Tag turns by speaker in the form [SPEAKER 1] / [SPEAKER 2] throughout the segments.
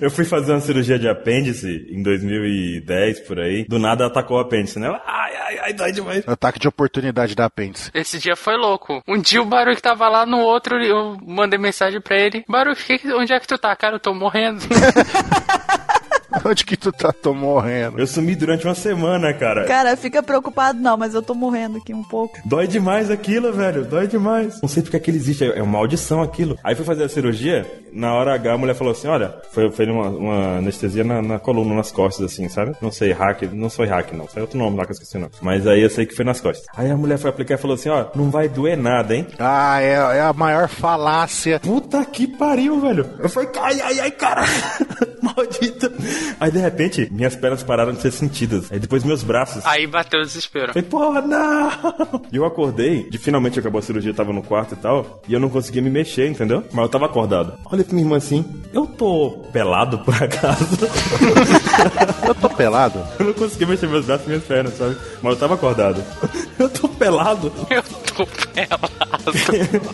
[SPEAKER 1] Eu fui fazer uma cirurgia de apêndice em 2010, por aí. Do nada atacou o apêndice, né? Ai, ai, ai, dói demais.
[SPEAKER 2] Ataque de oportunidade da apêndice.
[SPEAKER 3] Esse dia foi louco. Um dia o Baruch tava lá, no outro eu mandei mensagem pra ele. Baruch, que- onde é que tu tá? Cara, eu tô morrendo.
[SPEAKER 2] Onde que tu tá? Tô morrendo.
[SPEAKER 1] Eu sumi durante uma semana, cara.
[SPEAKER 4] Cara, fica preocupado não, mas eu tô morrendo aqui um pouco.
[SPEAKER 1] Dói demais aquilo, velho. Dói demais. Não sei porque aquilo existe. É uma maldição aquilo. Aí fui fazer a cirurgia. Na hora H, a mulher falou assim: Olha, foi, foi uma, uma anestesia na, na coluna, nas costas, assim, sabe? Não sei, hack. Não foi hack, não. Foi outro nome lá que eu esqueci o nome. Mas aí eu sei que foi nas costas. Aí a mulher foi aplicar e falou assim: Ó, não vai doer nada, hein?
[SPEAKER 2] Ah, é, é a maior falácia.
[SPEAKER 1] Puta que pariu, velho. Eu falei, ai, ai, ai, cara. Maldita. Aí de repente, minhas pernas pararam de ser sentidas. Aí depois meus braços.
[SPEAKER 3] Aí bateu o desespero.
[SPEAKER 1] Falei, porra, não! E eu acordei, de finalmente acabou a cirurgia, eu tava no quarto e tal, e eu não conseguia me mexer, entendeu? Mas eu tava acordado. Olha pra minha irmã assim, eu tô pelado por acaso.
[SPEAKER 2] Eu tô pelado.
[SPEAKER 1] eu não conseguia mexer meus braços e minhas pernas, sabe? Mas eu tava acordado. eu tô pelado.
[SPEAKER 3] Eu tô pelado.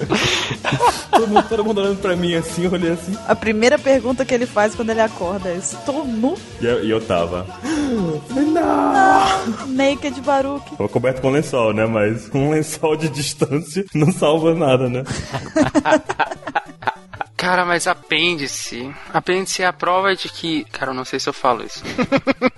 [SPEAKER 1] Todo mundo, todo mundo olhando pra mim assim, eu olhei assim.
[SPEAKER 4] A primeira pergunta que ele faz quando ele acorda é: Estou nu?
[SPEAKER 1] E eu, e eu tava. Falei, não!
[SPEAKER 4] Naked Baruque.
[SPEAKER 1] Tava coberto com lençol, né? Mas um lençol de distância não salva nada, né?
[SPEAKER 3] Cara, mas apêndice. Apêndice é a prova de que. Cara, eu não sei se eu falo isso.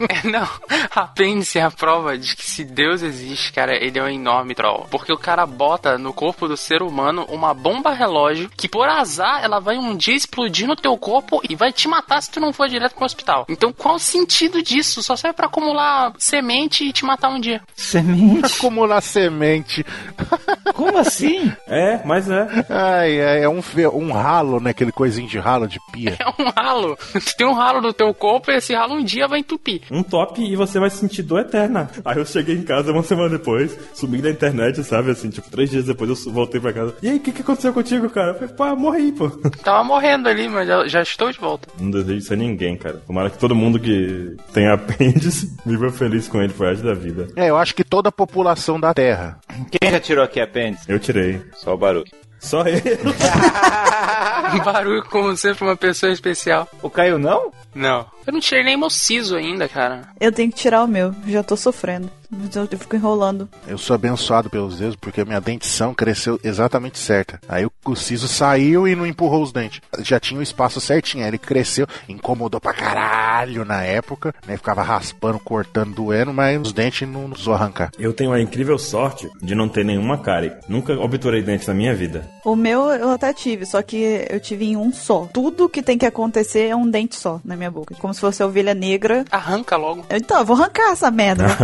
[SPEAKER 3] é, não. Apêndice é a prova de que se Deus existe, cara, ele é um enorme troll. Porque o cara bota no corpo do ser humano uma bomba relógio que, por azar, ela vai um dia explodir no teu corpo e vai te matar se tu não for direto pro hospital. Então, qual o sentido disso? Só serve pra acumular semente e te matar um dia.
[SPEAKER 5] Semente?
[SPEAKER 2] Acumular semente.
[SPEAKER 5] Como assim?
[SPEAKER 1] É, mas é.
[SPEAKER 2] Ai, é, é um, fe- um ralo, né? Aquele coisinho de ralo de pia.
[SPEAKER 3] É um ralo. Tu tem um ralo no teu corpo e esse ralo um dia vai entupir.
[SPEAKER 1] um top e você vai sentir dor eterna. Aí eu cheguei em casa uma semana depois, subi da internet, sabe, assim, tipo, três dias depois eu su- voltei pra casa. E aí, o que, que aconteceu contigo, cara? Eu falei, pô, eu morri, pô.
[SPEAKER 3] Tava morrendo ali, mas já, já estou de volta.
[SPEAKER 1] Não desejo isso a ninguém, cara. Tomara que todo mundo que tem apêndice viva feliz com ele pro resto da vida.
[SPEAKER 2] É, eu acho que toda a população da Terra.
[SPEAKER 5] Quem já tirou aqui apêndice?
[SPEAKER 1] Eu tirei.
[SPEAKER 5] Só o barulho.
[SPEAKER 1] Só eu.
[SPEAKER 3] Um Barulho, como sempre, uma pessoa especial.
[SPEAKER 5] O Caio não?
[SPEAKER 3] Não. Eu não tirei nem meu siso ainda, cara.
[SPEAKER 4] Eu tenho que tirar o meu, já tô sofrendo. Eu eu fico enrolando.
[SPEAKER 2] Eu sou abençoado pelos deuses porque a minha dentição cresceu exatamente certa. Aí o, o siso saiu e não empurrou os dentes. Já tinha o espaço certinho. Aí ele cresceu, incomodou pra caralho na época, né? Ficava raspando, cortando, doendo, mas os dentes não, não precisou arrancar.
[SPEAKER 1] Eu tenho a incrível sorte de não ter nenhuma cárie. Nunca obturei dentes na minha vida.
[SPEAKER 4] O meu eu até tive, só que eu tive em um só. Tudo que tem que acontecer é um dente só na minha boca. Como se fosse a ovelha negra.
[SPEAKER 3] Arranca logo.
[SPEAKER 4] Então, eu vou arrancar essa merda.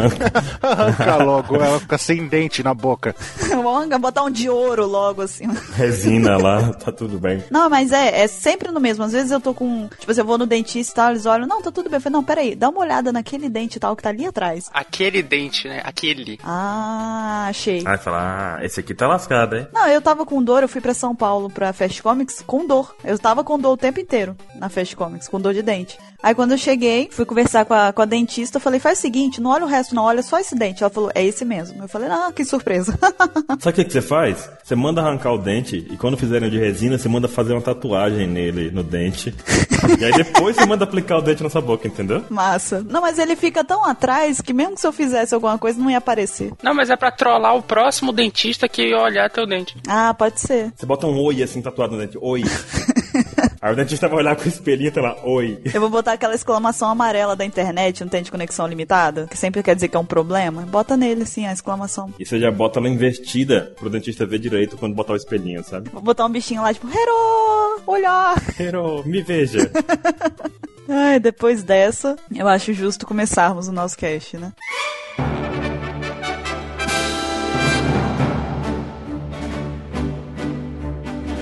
[SPEAKER 2] Arranca logo, ela fica sem dente na boca.
[SPEAKER 4] eu vou arrancar, botar um de ouro logo, assim.
[SPEAKER 1] Resina lá, tá tudo bem.
[SPEAKER 4] Não, mas é, é sempre no mesmo. Às vezes eu tô com. Tipo, assim, eu vou no dentista e tal, eles olham, não, tá tudo bem. Eu falei, não, peraí, dá uma olhada naquele dente e tal que tá ali atrás.
[SPEAKER 3] Aquele dente, né? Aquele.
[SPEAKER 4] Ah, achei.
[SPEAKER 1] Aí fala, ah, esse aqui tá lascado, hein?
[SPEAKER 4] Não, eu tava com dor, eu fui pra São Paulo pra Fast Comics com dor. Eu tava com dor o tempo inteiro na Fast Comics, com dor de dente. Aí quando eu cheguei, fui conversar com a, com a dentista, eu falei, faz o seguinte, não olha o resto não, olha só esse dente. Ela falou, é esse mesmo. Eu falei, ah, que surpresa.
[SPEAKER 1] Sabe o que, que você faz? Você manda arrancar o dente e quando fizerem de resina, você manda fazer uma tatuagem nele, no dente. e aí depois você manda aplicar o dente na sua boca, entendeu?
[SPEAKER 4] Massa. Não, mas ele fica tão atrás que mesmo que se eu fizesse alguma coisa, não ia aparecer.
[SPEAKER 3] Não, mas é pra trollar o próximo dentista que olhar teu dente.
[SPEAKER 4] Ah, pode ser.
[SPEAKER 1] Você bota um oi assim tatuado no dente. Oi. aí o dentista vai olhar com o espelhinho e tá lá, oi.
[SPEAKER 4] Eu vou botar aquela exclamação amarela da internet, não tem de conexão limitada, que sempre quer dizer que é um problema. Bota nele, assim, a exclamação.
[SPEAKER 1] E você já bota ela invertida pro dentista ver direito quando botar o espelhinho, sabe?
[SPEAKER 4] Vou botar um bichinho lá, tipo, Hero! Olhar!
[SPEAKER 1] Pero, me veja.
[SPEAKER 4] Ai, depois dessa, eu acho justo começarmos o nosso cast, né?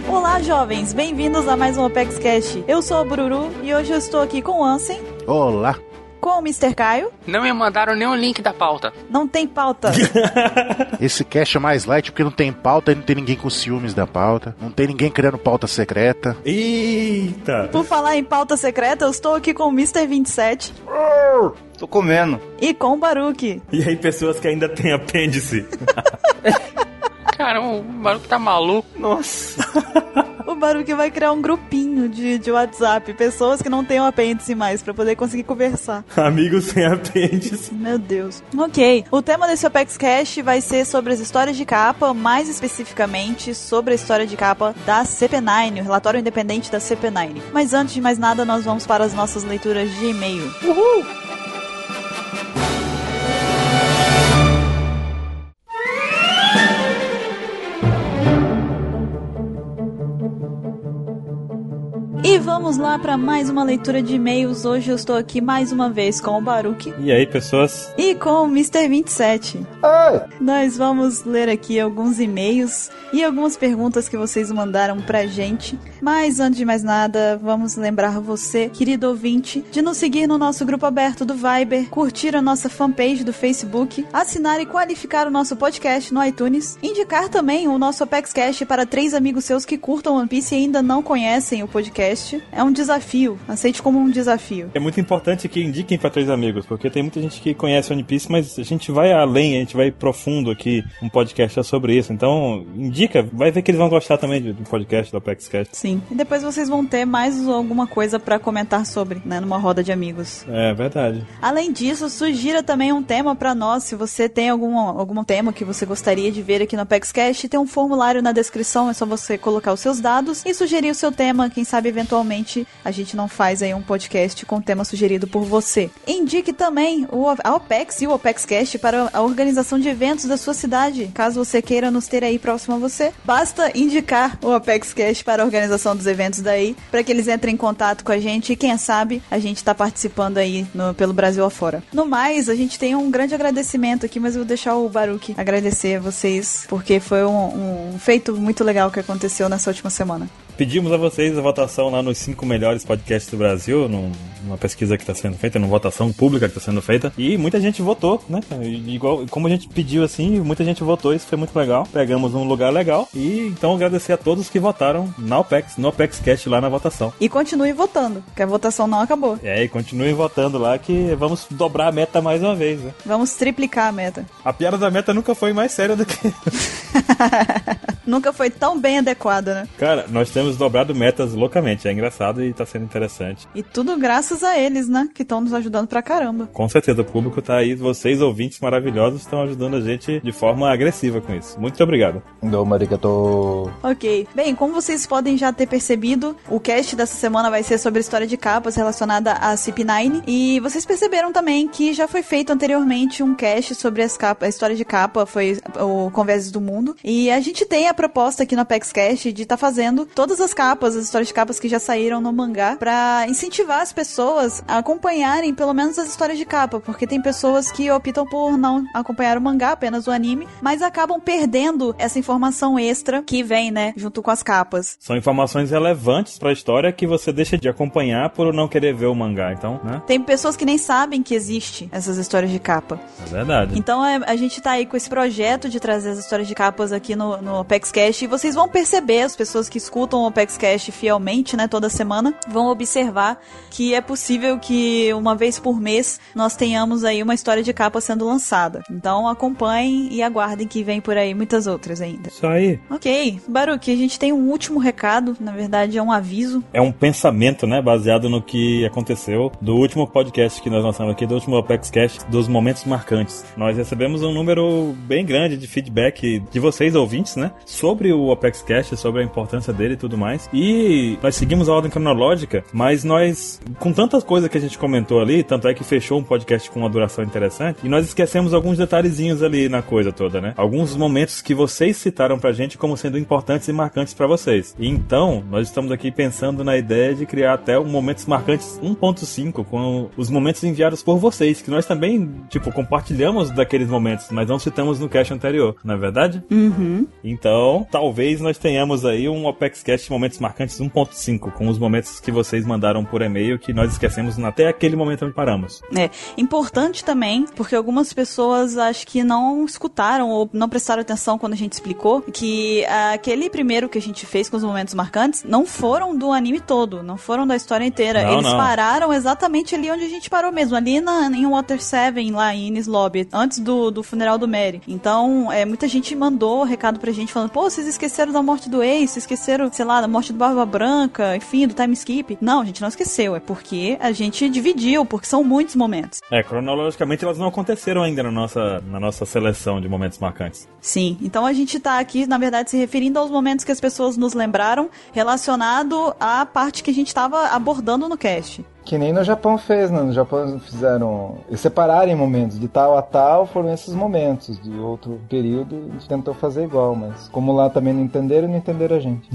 [SPEAKER 4] Olá, jovens! Bem-vindos a mais um Opex Cast. Eu sou a Bruru e hoje eu estou aqui com o Ansem,
[SPEAKER 2] Olá.
[SPEAKER 4] com o Mr. Caio.
[SPEAKER 3] Não me mandaram nenhum link da pauta.
[SPEAKER 4] Não tem pauta.
[SPEAKER 2] Esse cast é mais light porque não tem pauta e não tem ninguém com ciúmes da pauta. Não tem ninguém criando pauta secreta.
[SPEAKER 1] Eita.
[SPEAKER 4] Por falar em pauta secreta, eu estou aqui com o Mr. 27
[SPEAKER 5] Tô comendo.
[SPEAKER 4] e com o Baruque.
[SPEAKER 1] E aí pessoas que ainda têm apêndice.
[SPEAKER 3] Cara, o maluco tá maluco.
[SPEAKER 5] Nossa.
[SPEAKER 4] O Baruque vai criar um grupinho de, de WhatsApp, pessoas que não têm o apêndice mais, pra poder conseguir conversar.
[SPEAKER 1] Amigos sem apêndice.
[SPEAKER 4] Meu Deus. Ok. O tema desse Opex Cash vai ser sobre as histórias de capa, mais especificamente sobre a história de capa da CP9, o relatório independente da CP9. Mas antes de mais nada, nós vamos para as nossas leituras de e-mail. E vamos lá para mais uma leitura de e-mails. Hoje eu estou aqui mais uma vez com o Baruque
[SPEAKER 1] E aí, pessoas?
[SPEAKER 4] e com o Mr. 27. Nós vamos ler aqui alguns e-mails e algumas perguntas que vocês mandaram pra gente. Mas antes de mais nada, vamos lembrar você, querido ouvinte, de nos seguir no nosso grupo aberto do Viber, curtir a nossa fanpage do Facebook, assinar e qualificar o nosso podcast no iTunes, indicar também o nosso Apex Cash para três amigos seus que curtam One Piece e ainda não conhecem o podcast. É um desafio, aceite como um desafio.
[SPEAKER 1] É muito importante que indiquem pra três amigos, porque tem muita gente que conhece One Piece, mas a gente vai além, a gente vai profundo aqui. Um podcast é sobre isso. Então, indica, vai ver que eles vão gostar também do do podcast, do Apex Cast.
[SPEAKER 4] Sim. E depois vocês vão ter mais alguma coisa pra comentar sobre, né, numa roda de amigos.
[SPEAKER 1] É verdade.
[SPEAKER 4] Além disso, sugira também um tema pra nós. Se você tem algum, algum tema que você gostaria de ver aqui no ApexCast, tem um formulário na descrição, é só você colocar os seus dados e sugerir o seu tema. Quem sabe, eventualmente, a gente não faz aí um podcast com o tema sugerido por você. Indique também o, a OPEX e o OPEXCast para a organização de eventos da sua cidade. Caso você queira nos ter aí próximo a você, basta indicar o ApexCast para a organização dos eventos daí, para que eles entrem em contato com a gente e quem sabe a gente está participando aí no- pelo Brasil afora. No mais, a gente tem um grande agradecimento aqui, mas eu vou deixar o Baruque agradecer a vocês, porque foi um, um feito muito legal que aconteceu nessa última semana.
[SPEAKER 1] Pedimos a vocês a votação lá nos cinco melhores podcasts do Brasil, num- numa pesquisa que está sendo feita, numa votação pública que está sendo feita. E muita gente votou, né? E Igual, como a gente pediu assim, muita gente votou, isso foi muito legal. Pegamos um lugar legal. E então agradecer a todos que votaram na OPEX, no OPEXCast lá na votação.
[SPEAKER 4] E continue votando, que a votação não acabou.
[SPEAKER 1] É, e continuem votando lá que vamos dobrar a meta mais uma vez, né?
[SPEAKER 4] Vamos triplicar a meta.
[SPEAKER 1] A piada da meta nunca foi mais séria do que.
[SPEAKER 4] Nunca foi tão bem adequada, né?
[SPEAKER 1] Cara, nós temos dobrado metas loucamente. É engraçado e tá sendo interessante.
[SPEAKER 4] E tudo graças a eles, né? Que estão nos ajudando pra caramba.
[SPEAKER 1] Com certeza, o público tá aí, vocês ouvintes maravilhosos estão ajudando a gente de forma agressiva com isso. Muito obrigado.
[SPEAKER 5] Do marigato.
[SPEAKER 4] Ok. Bem, como vocês podem já ter percebido, o cast dessa semana vai ser sobre a história de capas relacionada à CP9. E vocês perceberam também que já foi feito anteriormente um cast sobre as capas, a história de capa, foi o Conversas do Mundo. E a gente tem a proposta aqui no Apex Cast de estar fazendo todas as capas, as histórias de capas que já saíram no mangá, pra incentivar as pessoas a acompanharem pelo menos as histórias de capa, porque tem pessoas que optam por não acompanhar o mangá, apenas o anime, mas acabam perdendo essa informação extra que vem, né, junto com as capas.
[SPEAKER 1] São informações relevantes pra história que você deixa de acompanhar por não querer ver o mangá, então, né?
[SPEAKER 4] Tem pessoas que nem sabem que existe essas histórias de capa.
[SPEAKER 1] É verdade.
[SPEAKER 4] Então é, a gente tá aí com esse projeto de trazer as histórias de capas aqui no, no Opex Cash e vocês vão perceber, as pessoas que escutam o Opex Cash fielmente, né, toda semana, vão observar que é possível que uma vez por mês nós tenhamos aí uma história de capa sendo lançada. Então acompanhem e aguardem que vem por aí muitas outras ainda.
[SPEAKER 1] Isso aí
[SPEAKER 4] Ok, Baruque, a gente tem um último recado, na verdade é um aviso
[SPEAKER 1] é um pensamento, né? Baseado no que aconteceu do último podcast que nós lançamos aqui, do último ApexCast, dos momentos marcantes. Nós recebemos um número bem grande de feedback de vocês, ouvintes, né? Sobre o ApexCast, sobre a importância dele e tudo mais. E nós seguimos a ordem cronológica, mas nós, com tantas coisas que a gente comentou ali, tanto é que fechou um podcast com uma duração interessante, e nós esquecemos alguns detalhezinhos ali na coisa toda, né? Alguns momentos que vocês citaram pra gente como sendo importantes e marcantes pra vocês. E então, nós estamos aqui pensando na ideia de criar até o Momentos Marcantes 1.5, com os momentos enviados por vocês, que nós também, tipo, compartilhamos daqueles momentos, mas não citamos no cast anterior, não é verdade? Então, talvez nós tenhamos aí um OpexCast Momentos Marcantes 1.5, com os momentos que vocês mandaram por e-mail que nós esquecemos até aquele momento onde paramos.
[SPEAKER 4] É, importante também, porque algumas pessoas acho que não escutaram ou não prestaram atenção quando a gente explicou que ah, aquele primeiro que a gente fez com os momentos marcantes não foram do anime todo, não foram da história inteira.
[SPEAKER 1] Não,
[SPEAKER 4] Eles
[SPEAKER 1] não.
[SPEAKER 4] pararam exatamente ali onde a gente parou mesmo, ali na, em Water Seven, lá em Innis Lobby, antes do, do funeral do Mary. Então, é, muita gente mandou recado pra gente falando, pô, vocês esqueceram da morte do Ace, vocês esqueceram, sei lá, da morte do Barba Branca, enfim, do time skip. Não, a gente não esqueceu, é porque a gente dividiu, porque são muitos momentos.
[SPEAKER 1] É, cronologicamente elas não aconteceram ainda na nossa, na nossa seleção de momentos marcantes.
[SPEAKER 4] Sim, então a gente tá aqui, na verdade, se referindo aos momentos que as pessoas nos lembraram relacionado à parte que a gente tava abordando no cast.
[SPEAKER 5] Que nem no Japão fez, né? No Japão fizeram. Eles separaram em momentos. De tal a tal foram esses momentos. De outro período, a gente tentou fazer igual, mas como lá também não entenderam, não entenderam a gente.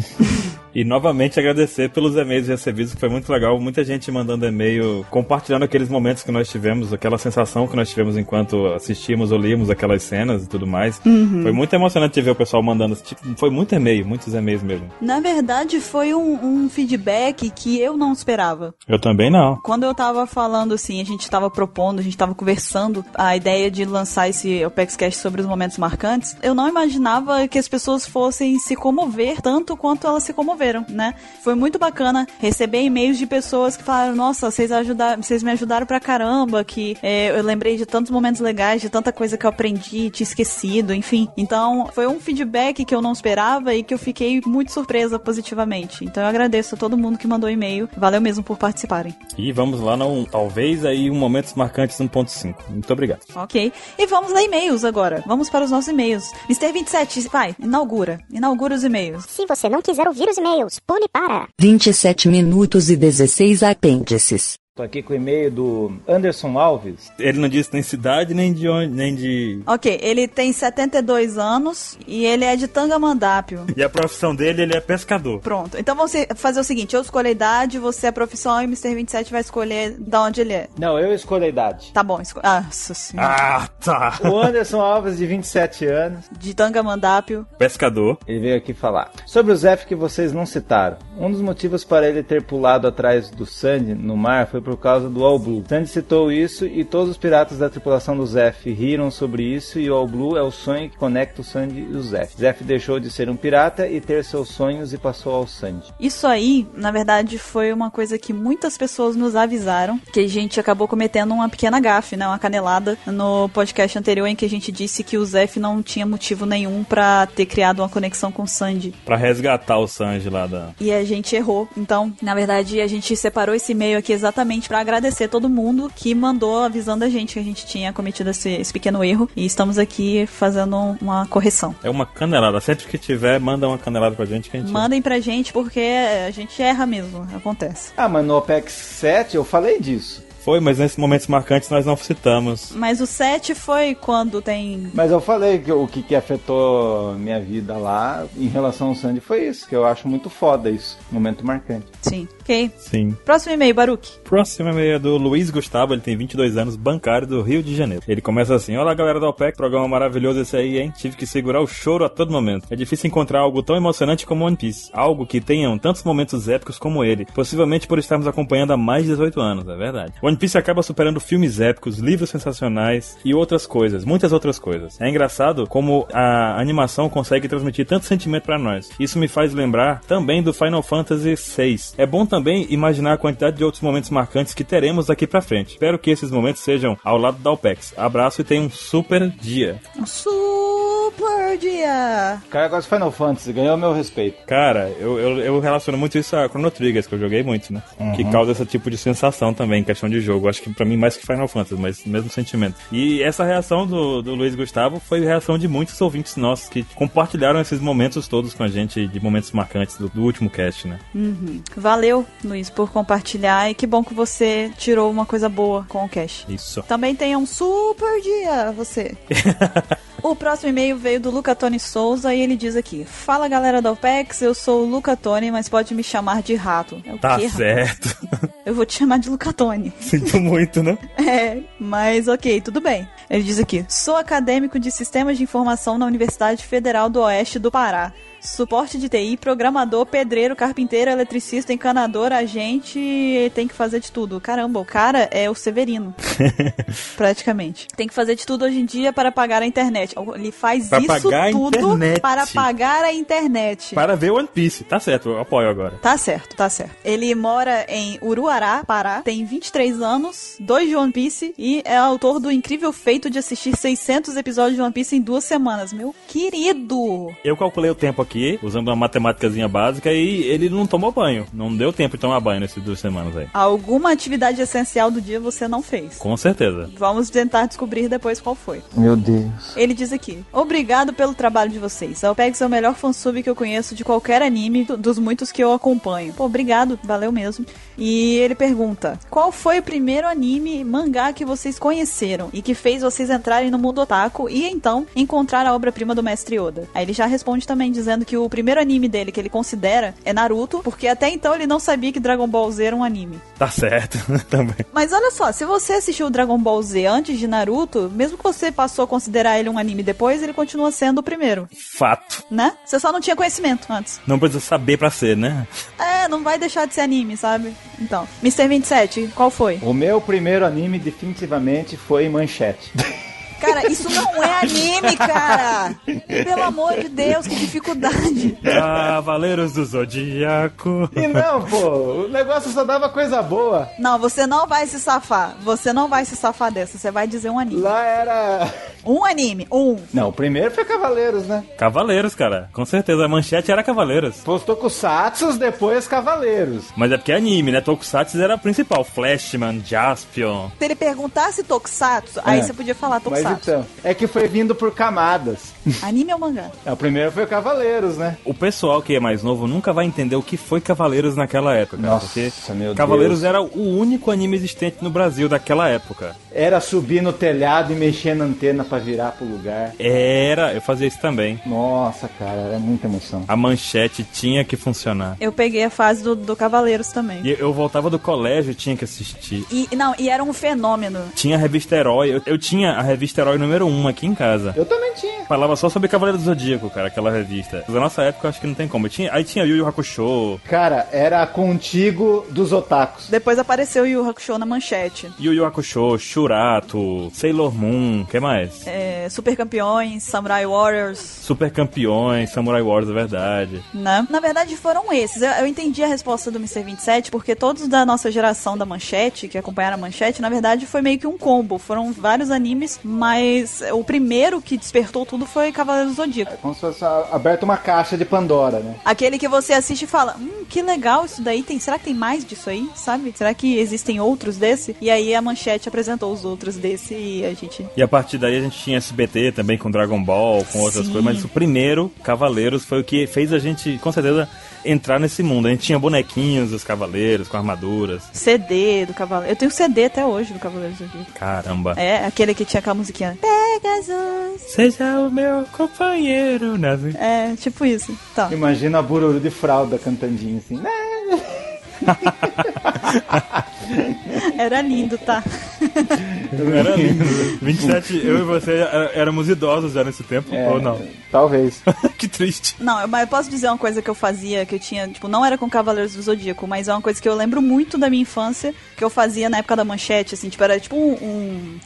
[SPEAKER 1] E novamente agradecer pelos e-mails recebidos, que foi muito legal. Muita gente mandando e-mail, compartilhando aqueles momentos que nós tivemos, aquela sensação que nós tivemos enquanto assistimos ou líamos aquelas cenas e tudo mais. Foi muito emocionante ver o pessoal mandando. Tipo, Foi muito e-mail, muitos e-mails mesmo.
[SPEAKER 4] Na verdade, foi um, um feedback que eu não esperava.
[SPEAKER 1] Eu também não.
[SPEAKER 4] Quando eu tava falando assim, a gente tava propondo, a gente tava conversando a ideia de lançar esse Opex Cast sobre os momentos marcantes, eu não imaginava que as pessoas fossem se comover tanto quanto elas se comoveram, né? Foi muito bacana receber e-mails de pessoas que falaram: Nossa, vocês, ajudaram, vocês me ajudaram pra caramba, que é, eu lembrei de tantos momentos legais, de tanta coisa que eu aprendi, tinha esquecido, enfim. Então, foi um feedback que eu não esperava e que eu fiquei muito surpresa positivamente. Então, eu agradeço a todo mundo que mandou e-mail. Valeu mesmo por participarem.
[SPEAKER 1] E vamos lá, não, talvez aí um Momentos Marcantes 1.5. Muito obrigado.
[SPEAKER 4] Ok. E vamos ler e-mails agora. Vamos para os nossos e-mails. Mr. 27, vai, inaugura. Inaugura os e-mails.
[SPEAKER 6] Se você não quiser ouvir os e-mails, pule para.
[SPEAKER 7] 27 minutos e 16 apêndices.
[SPEAKER 5] Tô aqui com o e-mail do Anderson Alves.
[SPEAKER 1] Ele não disse nem cidade, nem de onde, nem de.
[SPEAKER 4] Ok, ele tem 72 anos e ele é de Tangamandápio.
[SPEAKER 1] E a profissão dele, ele é pescador.
[SPEAKER 4] Pronto. Então vamos se- fazer o seguinte: eu escolho a idade, você é a profissão e o Mr. 27 vai escolher da onde ele é.
[SPEAKER 5] Não, eu escolho a idade.
[SPEAKER 4] Tá bom, escolha. Ah, nossa senhora.
[SPEAKER 1] Ah, tá.
[SPEAKER 5] O Anderson Alves, de 27 anos,
[SPEAKER 4] De Tangamandápio.
[SPEAKER 1] Pescador.
[SPEAKER 5] Ele veio aqui falar. Sobre o Zef que vocês não citaram. Um dos motivos para ele ter pulado atrás do Sandy no mar foi por causa do All Blue. Sandy citou isso e todos os piratas da tripulação do Zef riram sobre isso e o All Blue é o sonho que conecta o Sandy e o Zef. Zef deixou de ser um pirata e ter seus sonhos e passou ao Sandy.
[SPEAKER 4] Isso aí, na verdade, foi uma coisa que muitas pessoas nos avisaram, que a gente acabou cometendo uma pequena gafe, né, uma canelada no podcast anterior em que a gente disse que o Zef não tinha motivo nenhum pra ter criado uma conexão com o Sandy.
[SPEAKER 1] Pra resgatar o Sanji lá da.
[SPEAKER 4] E a gente errou. Então, na verdade, a gente separou esse e-mail aqui exatamente pra agradecer todo mundo que mandou avisando a gente que a gente tinha cometido esse, esse pequeno erro e estamos aqui fazendo um- uma correção.
[SPEAKER 1] É uma canelada. Sempre que tiver, manda uma canelada pra gente que a gente.
[SPEAKER 4] Mandem pra gente porque a gente erra mesmo, acontece.
[SPEAKER 5] Ah, mas no OPEX 7 eu falei disso.
[SPEAKER 1] Foi, mas nesses momentos marcantes nós não citamos.
[SPEAKER 4] Mas o 7 foi quando tem.
[SPEAKER 5] Mas eu falei que o que, que afetou minha vida lá em relação ao Sandy foi isso, que eu acho muito foda isso. Momento marcante.
[SPEAKER 4] Sim. Ok.
[SPEAKER 1] Sim.
[SPEAKER 4] Próximo e-mail, Baruque.
[SPEAKER 1] Próximo e-mail é do Luiz Gustavo, ele tem 22 anos, bancário do Rio de Janeiro. Ele começa assim: Olá, galera do OPEC, programa maravilhoso esse aí, hein? Tive que segurar o choro a todo momento. É difícil encontrar algo tão emocionante como One Piece, algo que tenham tantos momentos épicos como ele, possivelmente por estarmos acompanhando há mais de 18 anos, é verdade. One Piece acaba superando filmes épicos, livros sensacionais e outras coisas, muitas outras coisas. É engraçado como a animação consegue transmitir tanto sentimento pra nós. Isso me faz lembrar também do Final Fantasy VI. É bom também imaginar a quantidade de outros momentos marcantes que teremos daqui pra frente. Espero que esses momentos sejam ao lado da Alpex. Abraço e tenha um super dia.
[SPEAKER 4] Super dia!
[SPEAKER 5] O cara gosta de Final Fantasy, ganhou meu respeito.
[SPEAKER 1] Cara, eu, eu, eu relaciono muito isso a Chrono Triggers, que eu joguei muito, né? Que causa esse tipo de sensação também, em questão de jogo. Acho que pra mim mais que Final Fantasy, mas mesmo sentimento. E essa reação do, do Luiz Gustavo foi a reação de muitos ouvintes nossos que compartilharam esses momentos todos com a gente, de momentos marcantes do, do último cast, né?
[SPEAKER 4] Valeu, Luiz, por compartilhar e que bom que você tirou uma coisa boa com o cash.
[SPEAKER 1] Isso.
[SPEAKER 4] Também tenha um super dia, você. o próximo e-mail veio do Luca Tony Souza e ele diz aqui: Fala galera da OPEX, eu sou o Luca Tony, mas pode me chamar de rato. É o
[SPEAKER 1] Tá
[SPEAKER 4] quê, rato?
[SPEAKER 1] certo.
[SPEAKER 4] Eu vou te chamar de Luca Tony.
[SPEAKER 1] Sinto muito, né?
[SPEAKER 4] É, mas ok, tudo bem. Ele diz aqui: sou acadêmico de Sistemas de Informação na Universidade Federal do Oeste do Pará. Suporte de TI, programador, pedreiro, carpinteiro, eletricista, encanador, agente, tem que fazer de tudo. Caramba, o cara é o Severino. praticamente. Tem que fazer de tudo hoje em dia para pagar a internet. Ele faz
[SPEAKER 1] Pra
[SPEAKER 4] isso
[SPEAKER 1] pagar a
[SPEAKER 4] tudo
[SPEAKER 1] internet.
[SPEAKER 4] para pagar a internet.
[SPEAKER 1] Para ver One Piece. Tá certo, eu apoio agora.
[SPEAKER 4] Tá certo, tá certo. Ele mora em Uruará, Pará, tem 23 anos, dois de One Piece e é autor do incrível feito de assistir 600 episódios de One Piece em duas semanas. Meu querido!
[SPEAKER 1] Eu calculei o tempo aqui, usando uma matemáticazinha básica, e ele não tomou banho. Não deu tempo de tomar banho nessas duas semanas aí.
[SPEAKER 4] Alguma atividade essencial do dia você não fez.
[SPEAKER 1] Com certeza.
[SPEAKER 4] Vamos tentar descobrir depois qual foi.
[SPEAKER 5] Meu Deus.
[SPEAKER 4] Ele diz aqui: Obrigado pelo trabalho de vocês. A OPEX é o melhor fansub que eu conheço de qualquer anime, do- dos muitos que eu acompanho. Pô, obrigado, valeu mesmo. E ele pergunta: Qual foi o primeiro anime mangá que vocês conheceram e que fez vocês entrarem no mundo otaku e então encontrar a obra-prima do mestre Oda? Aí ele já responde também dizendo que o primeiro anime dele que ele considera é Naruto, porque até então ele não sabia que Dragon Ball Z era um anime.
[SPEAKER 1] Tá certo também.
[SPEAKER 4] Mas olha só, se você assistiu o Dragon Ball Z antes de Naruto, mesmo que você passou a considerar ele um anime depois, ele continua sendo o primeiro,
[SPEAKER 1] Fato.
[SPEAKER 4] né? Você só não tinha conhecimento antes.
[SPEAKER 1] Não precisa saber pra ser, né?
[SPEAKER 4] É, não vai deixar de ser anime, sabe? Então, Mr. 27, qual foi?
[SPEAKER 5] O meu primeiro anime definitivamente foi Manchete.
[SPEAKER 4] Cara, isso não é anime, cara! Pelo amor de Deus, que dificuldade!
[SPEAKER 1] Cavaleiros do Zodíaco.
[SPEAKER 5] E não, pô, o negócio só dava coisa boa.
[SPEAKER 4] Não, você não vai se safar. Você não vai se safar dessa. Você vai dizer um anime.
[SPEAKER 5] Lá era.
[SPEAKER 4] Um anime, um.
[SPEAKER 5] Não, o primeiro foi Cavaleiros, né?
[SPEAKER 1] Cavaleiros, cara. Com certeza. A manchete era Cavaleiros.
[SPEAKER 5] Postou com Satsus, depois Cavaleiros.
[SPEAKER 1] Mas é porque é anime, né? Tokusatsu era a principal. Flashman, Jaspion.
[SPEAKER 4] Se ele perguntasse Tokusatsu, aí
[SPEAKER 5] É.
[SPEAKER 4] você podia falar
[SPEAKER 5] Mas
[SPEAKER 4] Tokusatsu.
[SPEAKER 5] então, é que foi vindo por camadas.
[SPEAKER 4] Anime ou mangá?
[SPEAKER 5] É, o primeiro foi o Cavaleiros, né?
[SPEAKER 1] O pessoal que é mais novo nunca vai entender o que foi Cavaleiros naquela época. cara,
[SPEAKER 5] Nossa,
[SPEAKER 1] porque
[SPEAKER 5] meu Deus.
[SPEAKER 1] Cavaleiros era o único anime existente no Brasil daquela época.
[SPEAKER 5] Era subir no telhado e mexer na antena pra virar pro lugar.
[SPEAKER 1] Era, eu fazia isso também.
[SPEAKER 5] Nossa, cara, era muita emoção.
[SPEAKER 1] A manchete tinha que funcionar.
[SPEAKER 4] Eu peguei a fase do, do Cavaleiros também.
[SPEAKER 1] E eu voltava do colégio, tinha que assistir.
[SPEAKER 4] E não, e era um fenômeno.
[SPEAKER 1] Tinha a revista Herói. Eu, eu tinha a revista Herói número 1 aqui em casa.
[SPEAKER 5] Eu também tinha.
[SPEAKER 1] Falava só sobre Cavaleiro do Zodíaco, cara, aquela revista. Na nossa época, eu acho que não tem como. Eu tinha, aí tinha Yu Yu Hakusho,
[SPEAKER 5] Cara, era contigo dos otakus.
[SPEAKER 4] Depois apareceu o Yu Hakusho na manchete.
[SPEAKER 1] Yu Yu Hakusho, Shurato, Sailor Moon, que mais?
[SPEAKER 4] É, Super Campeões, Samurai Warriors,
[SPEAKER 1] Super Campeões, Samurai Wars, é verdade.
[SPEAKER 4] né? Na verdade, foram esses. Eu, eu entendi a resposta do Mr. 27, porque todos da nossa geração da manchete, que acompanharam a manchete, na verdade foi meio que um combo. Foram vários animes, mas o primeiro que despertou tudo foi Cavaleiros do Zodíaco.
[SPEAKER 5] Como se fosse a- aberta uma caixa de Pandora, né?
[SPEAKER 4] Aquele que você assiste e fala, hum, que legal isso daí, tem, será que tem mais disso aí, sabe? Será que existem outros desse? E aí a manchete apresentou os outros desse e a gente
[SPEAKER 1] E a partir daí a gente tinha SBT também com Dragon Ball, com outras
[SPEAKER 4] Sim.
[SPEAKER 1] coisas, mas o primeiro, Cavaleiros, foi o que fez a gente, com certeza, entrar nesse mundo. A gente tinha bonequinhos dos Cavaleiros, com armaduras.
[SPEAKER 4] CD do Cavaleiro. Eu tenho CD até hoje do Cavaleiro do Zodíaco.
[SPEAKER 1] Caramba.
[SPEAKER 4] É, aquele que tinha aquela musiquinha. Pegasus.
[SPEAKER 1] Seja o meu companheiro, né?
[SPEAKER 4] É, tipo isso. Tá.
[SPEAKER 5] Imagina a Bururu de fralda cantandinho assim. né?
[SPEAKER 4] Era lindo, tá?
[SPEAKER 1] Era lindo. 27, eu e você é- éramos idosos já nesse tempo,
[SPEAKER 5] É,
[SPEAKER 1] ou não?
[SPEAKER 5] Talvez.
[SPEAKER 1] que triste.
[SPEAKER 4] Não, eu- mas eu posso dizer uma coisa que eu fazia, que eu tinha, tipo, não era com Cavaleiros do Zodíaco, mas é uma coisa que eu lembro muito da minha infância, que eu fazia na época da manchete, assim, tipo, era tipo um, um,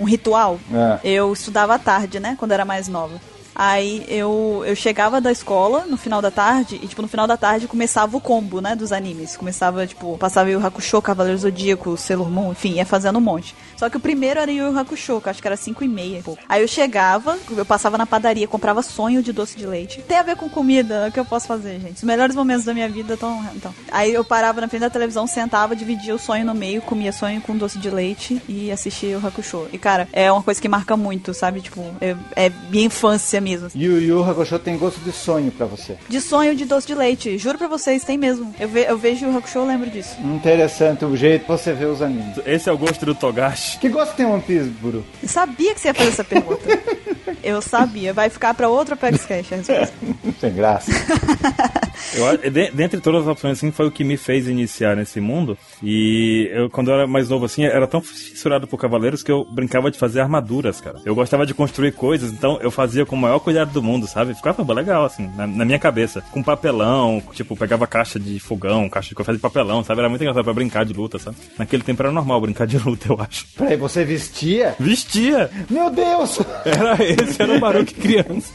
[SPEAKER 4] um ritual.
[SPEAKER 5] É.
[SPEAKER 4] Eu estudava à tarde, né, quando era mais nova. Aí eu, eu chegava da escola no final da tarde, e tipo, no final da tarde começava o combo, né, dos animes. Começava, tipo, passava Yu Yu Hakusho, Cavaleiro Zodíaco, Sailor Moon, enfim, ia fazendo um monte. Só que o primeiro era Yu Yu Hakusho, que eu acho que era 5 e meia e pouco. Aí eu chegava, eu passava na padaria, comprava sonho de doce de leite. Tem a ver com comida, é o que eu posso fazer, gente. Os melhores momentos da minha vida estão... Então. Aí eu parava na frente da televisão, sentava, dividia o sonho no meio, comia sonho com doce de leite e assistia o Hakusho. E, cara, é uma coisa que marca muito, sabe? Tipo, é, é minha infância mesmo. assim.
[SPEAKER 5] Yu Yu Hakusho tem gosto de sonho pra você.
[SPEAKER 4] De sonho de doce de leite. Juro pra vocês, tem mesmo. Eu, ve- eu vejo o Hakusho, eu lembro disso.
[SPEAKER 5] Interessante o jeito que você vê os animes.
[SPEAKER 1] Esse é o gosto do Togashi.
[SPEAKER 5] Que gosto tem One Piece, Buru?
[SPEAKER 4] Eu sabia que você ia fazer essa pergunta. Eu sabia. Vai ficar pra outro Apex Cash a resposta.
[SPEAKER 5] Sem graça.
[SPEAKER 1] Eu, acho- de- dentre todas as opções, assim, foi o que me fez iniciar nesse mundo. E eu, quando eu era mais novo, assim, era tão fissurado por cavaleiros que eu brincava de fazer armaduras, cara. Eu gostava de construir coisas, então eu fazia com o maior cuidado do mundo, sabe? Ficava pô, legal, assim, na, na minha cabeça. Com papelão, tipo, pegava caixa de fogão, caixa de café de papelão, sabe? Era muito engraçado pra brincar de luta, sabe? Naquele tempo era normal brincar de luta, eu acho.
[SPEAKER 5] Peraí, você vestia?
[SPEAKER 1] Vestia!
[SPEAKER 5] Meu Deus!
[SPEAKER 1] Era, esse era o barulho que criança.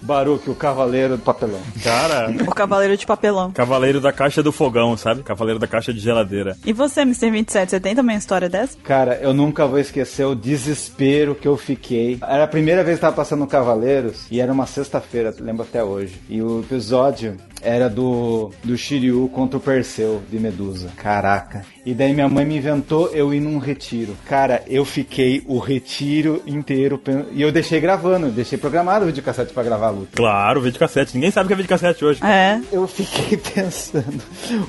[SPEAKER 5] Baruque, o cavaleiro do papelão.
[SPEAKER 1] Cara,
[SPEAKER 4] o Cavaleiro de Papelão.
[SPEAKER 1] cavaleiro da caixa do fogão, sabe? Cavaleiro da caixa de geladeira.
[SPEAKER 4] E você, Mr. 27, você tem também uma história dessa?
[SPEAKER 5] Cara, eu nunca vou esquecer o desespero que eu fiquei. Era a primeira vez que eu tava passando no Cavaleiros e era uma sexta-feira, lembro até hoje. E o episódio era do, do Shiryu contra o Perseu de Medusa. Caraca. E daí minha mãe me inventou eu ir num retiro. Cara, eu fiquei o retiro inteiro. pen- E eu deixei gravando, eu deixei programado o videocassete pra gravar a luta.
[SPEAKER 1] Claro, videocassete. Ninguém sabe o que é videocassete hoje.
[SPEAKER 4] É.
[SPEAKER 5] Eu fiquei pensando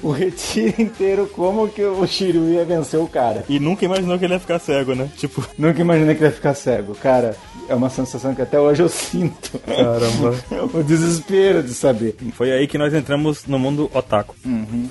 [SPEAKER 5] o retiro inteiro como que o Shiryu ia vencer o cara.
[SPEAKER 1] E nunca imaginou que ele ia ficar cego, né? Tipo,
[SPEAKER 5] Nunca imaginei que ele ia ficar cego. Cara, é uma sensação que até hoje eu sinto. Caramba. o desespero de saber.
[SPEAKER 1] foi aí que nós entramos no mundo otaku.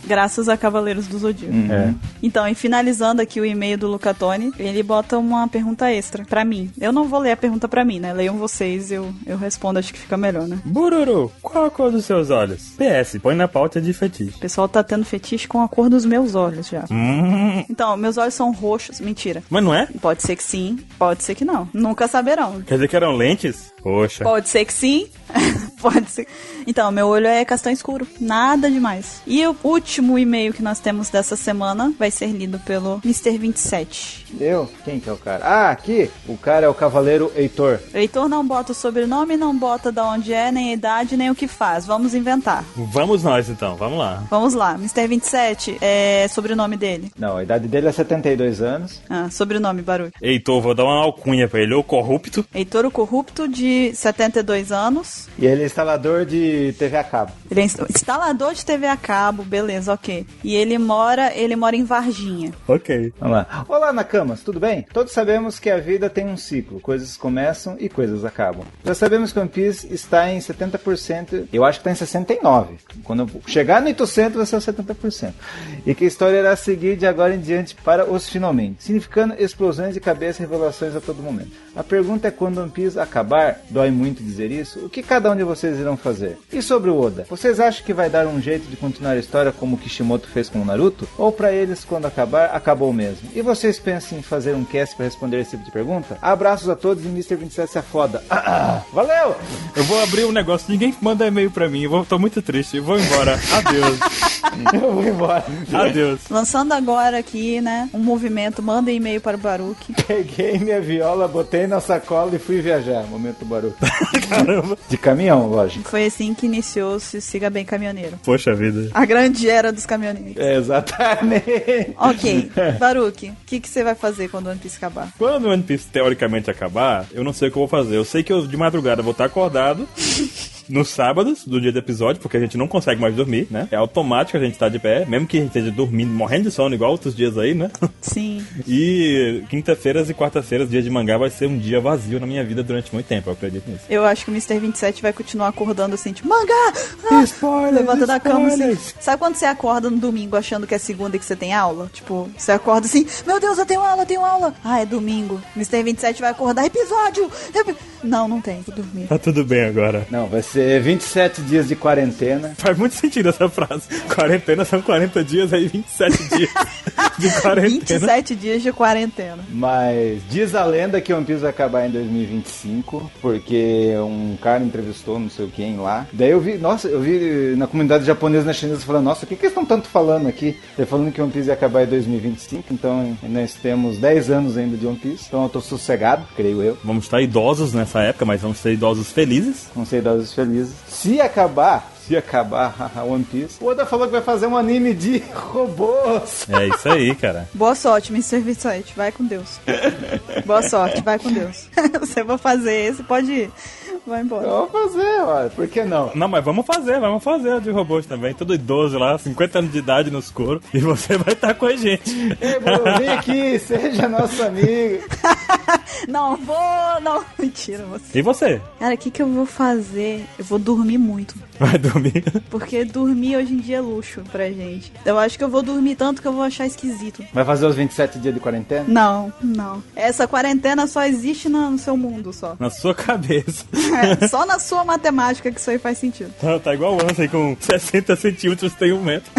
[SPEAKER 4] Graças a Cavaleiros do Zodíaco.
[SPEAKER 5] É.
[SPEAKER 4] Então, e finalizando aqui o e-mail do Lucatone, ele bota uma pergunta extra pra mim. Eu não vou ler a pergunta pra mim, né? Leiam vocês, eu, eu respondo, acho que fica melhor, né?
[SPEAKER 1] Bururu, qual a cor dos seus olhos? PS, põe na pauta de
[SPEAKER 4] O
[SPEAKER 1] fetiche.
[SPEAKER 4] pessoal tá tendo fetiche com a cor dos meus olhos já.
[SPEAKER 1] Hum,
[SPEAKER 4] Então, meus olhos são roxos. Mentira.
[SPEAKER 1] mas não é?
[SPEAKER 4] Pode ser que sim, pode ser que não. Nunca saberão.
[SPEAKER 1] Quer dizer que eram lentes? Poxa.
[SPEAKER 4] Pode ser que sim. Pode ser. Então, meu olho é castanho escuro. Nada demais. E o último e-mail que nós temos dessa semana vai ser lido pelo Mr. 27.
[SPEAKER 5] Eu? Quem que é o cara? Ah, aqui! O cara é o Cavaleiro Heitor.
[SPEAKER 4] Leitor não bota o sobrenome, não bota da onde é, nem a idade, nem o que faz. Vamos inventar.
[SPEAKER 1] Vamos nós então, vamos lá.
[SPEAKER 4] Vamos lá. Mr. 27 é sobrenome dele.
[SPEAKER 5] Não, a idade dele é 72 anos.
[SPEAKER 4] Ah, sobrenome, barulho.
[SPEAKER 1] Heitor, vou dar uma alcunha pra ele. Ou corrupto.
[SPEAKER 4] Heitor o Corrupto, de 72 anos.
[SPEAKER 5] E ele é instalador de TV a cabo.
[SPEAKER 4] Ele é inst- instalador de TV a cabo, beleza, ok. E ele mora, ele mora em Varginha.
[SPEAKER 1] Ok.
[SPEAKER 5] Vamos lá. Olá, Nakamas, tudo bem? Todos sabemos que a vida tem um ciclo. Coisas começam e coisas acabam. Já sabemos que One Piece está em 70%. Eu acho que está em 69%. Quando eu chegar no 800, vai ser o 70%. E que a história irá seguir de agora em diante para os finalmente. Significando explosões de cabeça e revelações a todo momento. A pergunta é quando One Piece acabar? Dói muito dizer isso? O que cada um de vocês irão fazer? E sobre o Oda? Vocês acham que vai dar um jeito de continuar a história como o Kishimoto fez com o Naruto? Ou pra eles, quando acabar, acabou mesmo? E vocês pensam em fazer um cast pra responder esse tipo de pergunta? Abraços a todos e Mr. 27 se afoda. Ah, ah, valeu!
[SPEAKER 1] Eu vou abrir um negócio, ninguém manda e-mail pra mim. Eu vou- tô muito triste. Eu vou embora. Adeus.
[SPEAKER 5] Eu vou embora.
[SPEAKER 1] Adeus.
[SPEAKER 4] Lançando agora aqui, né, um movimento, manda e-mail para o Baruque.
[SPEAKER 5] Peguei minha viola, botei na sacola e fui viajar. Momento barulho. Caramba. De caminhão, lógico.
[SPEAKER 4] Foi assim que iniciou-se o Siga Bem Caminhoneiro.
[SPEAKER 1] Poxa vida.
[SPEAKER 4] A grande era dos caminhoneiros.
[SPEAKER 5] É, exatamente. É.
[SPEAKER 4] Ok, Baruque, o que, que você vai fazer quando o One Piece acabar?
[SPEAKER 1] Quando o One Piece teoricamente acabar, eu não sei o que eu vou fazer. Eu sei que eu de madrugada vou estar acordado. Nos sábados do dia do episódio, porque a gente não consegue mais dormir, né? É automático a gente tá de pé, mesmo que a gente esteja dormindo, morrendo de sono, igual outros dias aí, né?
[SPEAKER 4] Sim.
[SPEAKER 1] E quinta-feiras e quarta-feiras, dia de mangá, vai ser um dia vazio na minha vida durante muito tempo, eu acredito nisso.
[SPEAKER 4] Eu acho que o Mr. 27 vai continuar acordando assim, tipo, mangá! Ah!
[SPEAKER 1] Spoilers,
[SPEAKER 4] Levanta da cama assim.
[SPEAKER 1] spoilers.
[SPEAKER 4] Sabe quando você acorda no domingo achando que é segunda e que você tem aula? Tipo, você acorda assim, meu Deus, eu tenho aula, eu tenho aula. Ah, é domingo. Mr. 27 vai acordar, episódio! epi- Não, não tem, vou dormir.
[SPEAKER 1] Tá tudo bem agora.
[SPEAKER 5] Não, vai ser 27 dias de quarentena.
[SPEAKER 1] Faz muito sentido essa frase. Quarentena são 40 dias, aí 27 dias de quarentena.
[SPEAKER 4] 27 dias de quarentena.
[SPEAKER 5] Mas diz a lenda que One Piece vai acabar em 2025, porque um cara entrevistou não sei quem lá. Daí eu vi, nossa, eu vi na comunidade japonesa e na chinesa falando, nossa, o que, que eles estão tanto falando aqui? Ele falando que One Piece ia acabar em 2025, então nós temos 10 anos ainda de One Piece, então eu tô sossegado, creio eu.
[SPEAKER 1] Vamos estar idosos nessa época, mas vamos ser idosos felizes.
[SPEAKER 5] Não sei idosos felizes. Se acabar, se acabar haha, One Piece, o Oda falou que vai fazer um anime de robôs.
[SPEAKER 1] É isso aí, cara.
[SPEAKER 4] Boa sorte, Mr. 27. Vai com Deus. Boa sorte, vai com Deus. você vai fazer esse, pode ir. Vai
[SPEAKER 5] Eu
[SPEAKER 4] embora.
[SPEAKER 5] vou fazer, olha, por que não?
[SPEAKER 1] Não, mas vamos fazer, vamos fazer de robôs também. Todo idoso lá, 50 anos de idade nos couro. E você vai estar com a gente.
[SPEAKER 5] Ei, Bruno, vem aqui, seja nosso amigo.
[SPEAKER 4] Não, vou. Não, mentira, você.
[SPEAKER 1] E você?
[SPEAKER 4] Cara, o que, que eu vou fazer? Eu vou dormir muito.
[SPEAKER 1] Vai dormir?
[SPEAKER 4] Porque dormir hoje em dia é luxo pra gente. Eu acho que eu vou dormir tanto que eu vou achar esquisito.
[SPEAKER 5] Vai fazer os 27 dias de quarentena?
[SPEAKER 4] Não, não. Essa quarentena só existe na- no seu mundo só.
[SPEAKER 1] Na sua cabeça.
[SPEAKER 4] É, só na sua matemática que isso aí faz sentido.
[SPEAKER 1] Tá, tá igual o Ansem, com 60 centímetros tem um metro.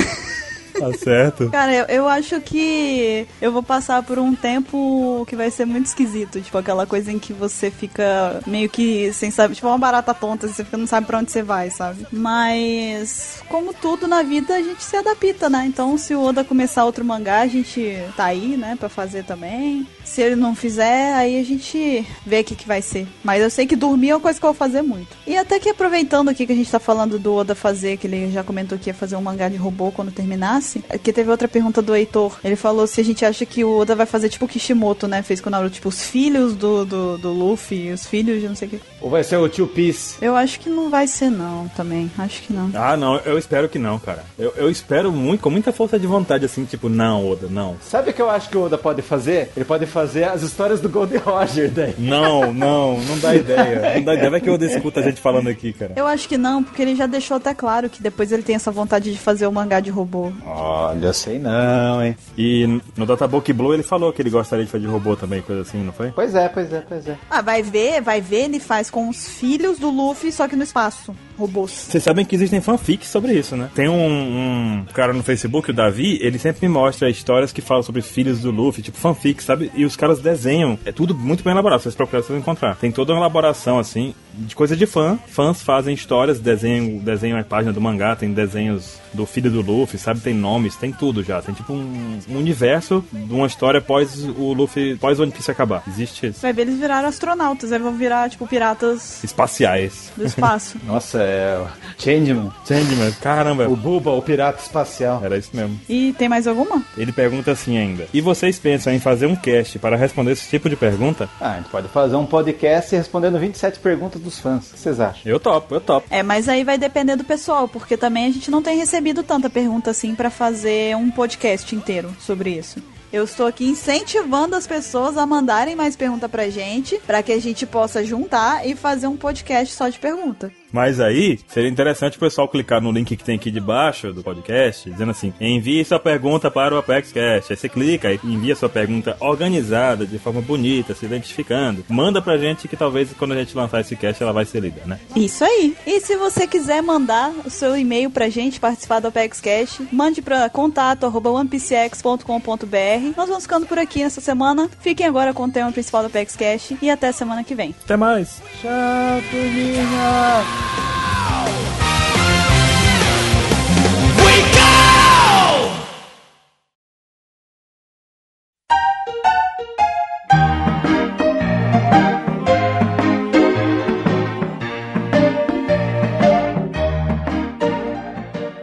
[SPEAKER 1] Tá certo.
[SPEAKER 4] Cara, eu, eu acho que eu vou passar por um tempo que vai ser muito esquisito. Tipo, aquela coisa em que você fica meio que sem saber. Tipo, uma barata tonta, você fica, não sabe pra onde você vai, sabe? Mas, como tudo na vida, a gente se adapta, né? Então, se o Oda começar outro mangá, a gente tá aí, né, pra fazer também. Se ele não fizer, aí a gente vê o que, que vai ser. Mas eu sei que dormir é uma coisa que eu vou fazer muito. E até que aproveitando aqui que a gente tá falando do Oda fazer, que ele já comentou que ia fazer um mangá de robô quando terminasse, é que teve outra pergunta do Heitor. Ele falou se a gente acha que o Oda vai fazer tipo o Kishimoto, né? Fez com o Naruto, tipo, os filhos do, do, do Luffy, os filhos de não sei o que.
[SPEAKER 5] Ou vai ser o tio Peace?
[SPEAKER 4] Eu acho que não vai ser não, também. Acho que não.
[SPEAKER 1] Ah, não, eu espero que não, cara. Eu, eu espero muito, com muita força de vontade, assim, tipo, não, Oda, não.
[SPEAKER 5] Sabe o que eu acho que o Oda pode fazer? Ele pode fazer as histórias do Golden Roger daí.
[SPEAKER 1] Não, não, não dá ideia. Não dá ideia. Vai que o Oda escuta a gente falando aqui, cara.
[SPEAKER 4] Eu acho que não, porque ele já deixou até claro que depois ele tem essa vontade de fazer o mangá de robô.
[SPEAKER 5] Olha, eu sei não, hein?
[SPEAKER 1] E no Databook Blue ele falou que ele gostaria de fazer de robô também, coisa assim, não foi?
[SPEAKER 5] Pois é, pois é, pois é.
[SPEAKER 4] Ah, vai ver, vai ver, ele faz com os filhos do Luffy, só que no espaço. Robôs.
[SPEAKER 1] Vocês sabem que existem fanfics sobre isso, né? Tem um, um cara no Facebook, o Davi, ele sempre me mostra histórias que falam sobre filhos do Luffy, tipo fanfics, sabe? E os caras desenham. É tudo muito bem elaborado, vocês procuram, vocês vão encontrar. Tem toda uma elaboração, assim, de coisa de fã. Fãs fazem histórias, desenham, desenham a página do mangá, tem desenhos do filho do Luffy, sabe? Tem nomes, tem tudo já. Tem tipo um, um universo de uma história após o Luffy, após o One Piece acabar. Existe isso.
[SPEAKER 4] Vai ver, eles viraram astronautas, eles vão virar, tipo, piratas
[SPEAKER 1] Espaciais.
[SPEAKER 4] do espaço.
[SPEAKER 5] Nossa, é. o Changeman.
[SPEAKER 1] Sandman, caramba.
[SPEAKER 5] O Buba, o pirata espacial.
[SPEAKER 1] Era isso mesmo.
[SPEAKER 4] e tem mais alguma?
[SPEAKER 1] Ele pergunta assim ainda: E vocês pensam em fazer um cast para responder esse tipo de pergunta?
[SPEAKER 5] Ah, a gente pode fazer um podcast respondendo 27 perguntas dos fãs. O que vocês acham?
[SPEAKER 1] Eu topo, eu topo.
[SPEAKER 4] É, mas aí vai depender do pessoal, porque também a gente não tem recebido tanta pergunta assim pra fazer um podcast inteiro sobre isso. Eu estou aqui incentivando as pessoas a mandarem mais pergunta pra gente, pra que a gente possa juntar e fazer um podcast só de pergunta.
[SPEAKER 1] Mas aí, seria interessante o pessoal clicar no link que tem aqui debaixo do podcast, dizendo assim: envie sua pergunta para o ApexCast. Aí você clica e envia sua pergunta organizada, de forma bonita, se identificando. Manda pra gente que talvez quando a gente lançar esse cast ela vai ser lida, né?
[SPEAKER 4] Isso aí. E se você quiser mandar o seu e-mail pra gente participar do Apex Cash, mande pra contato@onepcx.com.br. Nós vamos ficando por aqui nessa semana. Fiquem agora com o tema principal do Apex Cash e até semana que vem.
[SPEAKER 1] Até mais!
[SPEAKER 5] Tchau, turminha!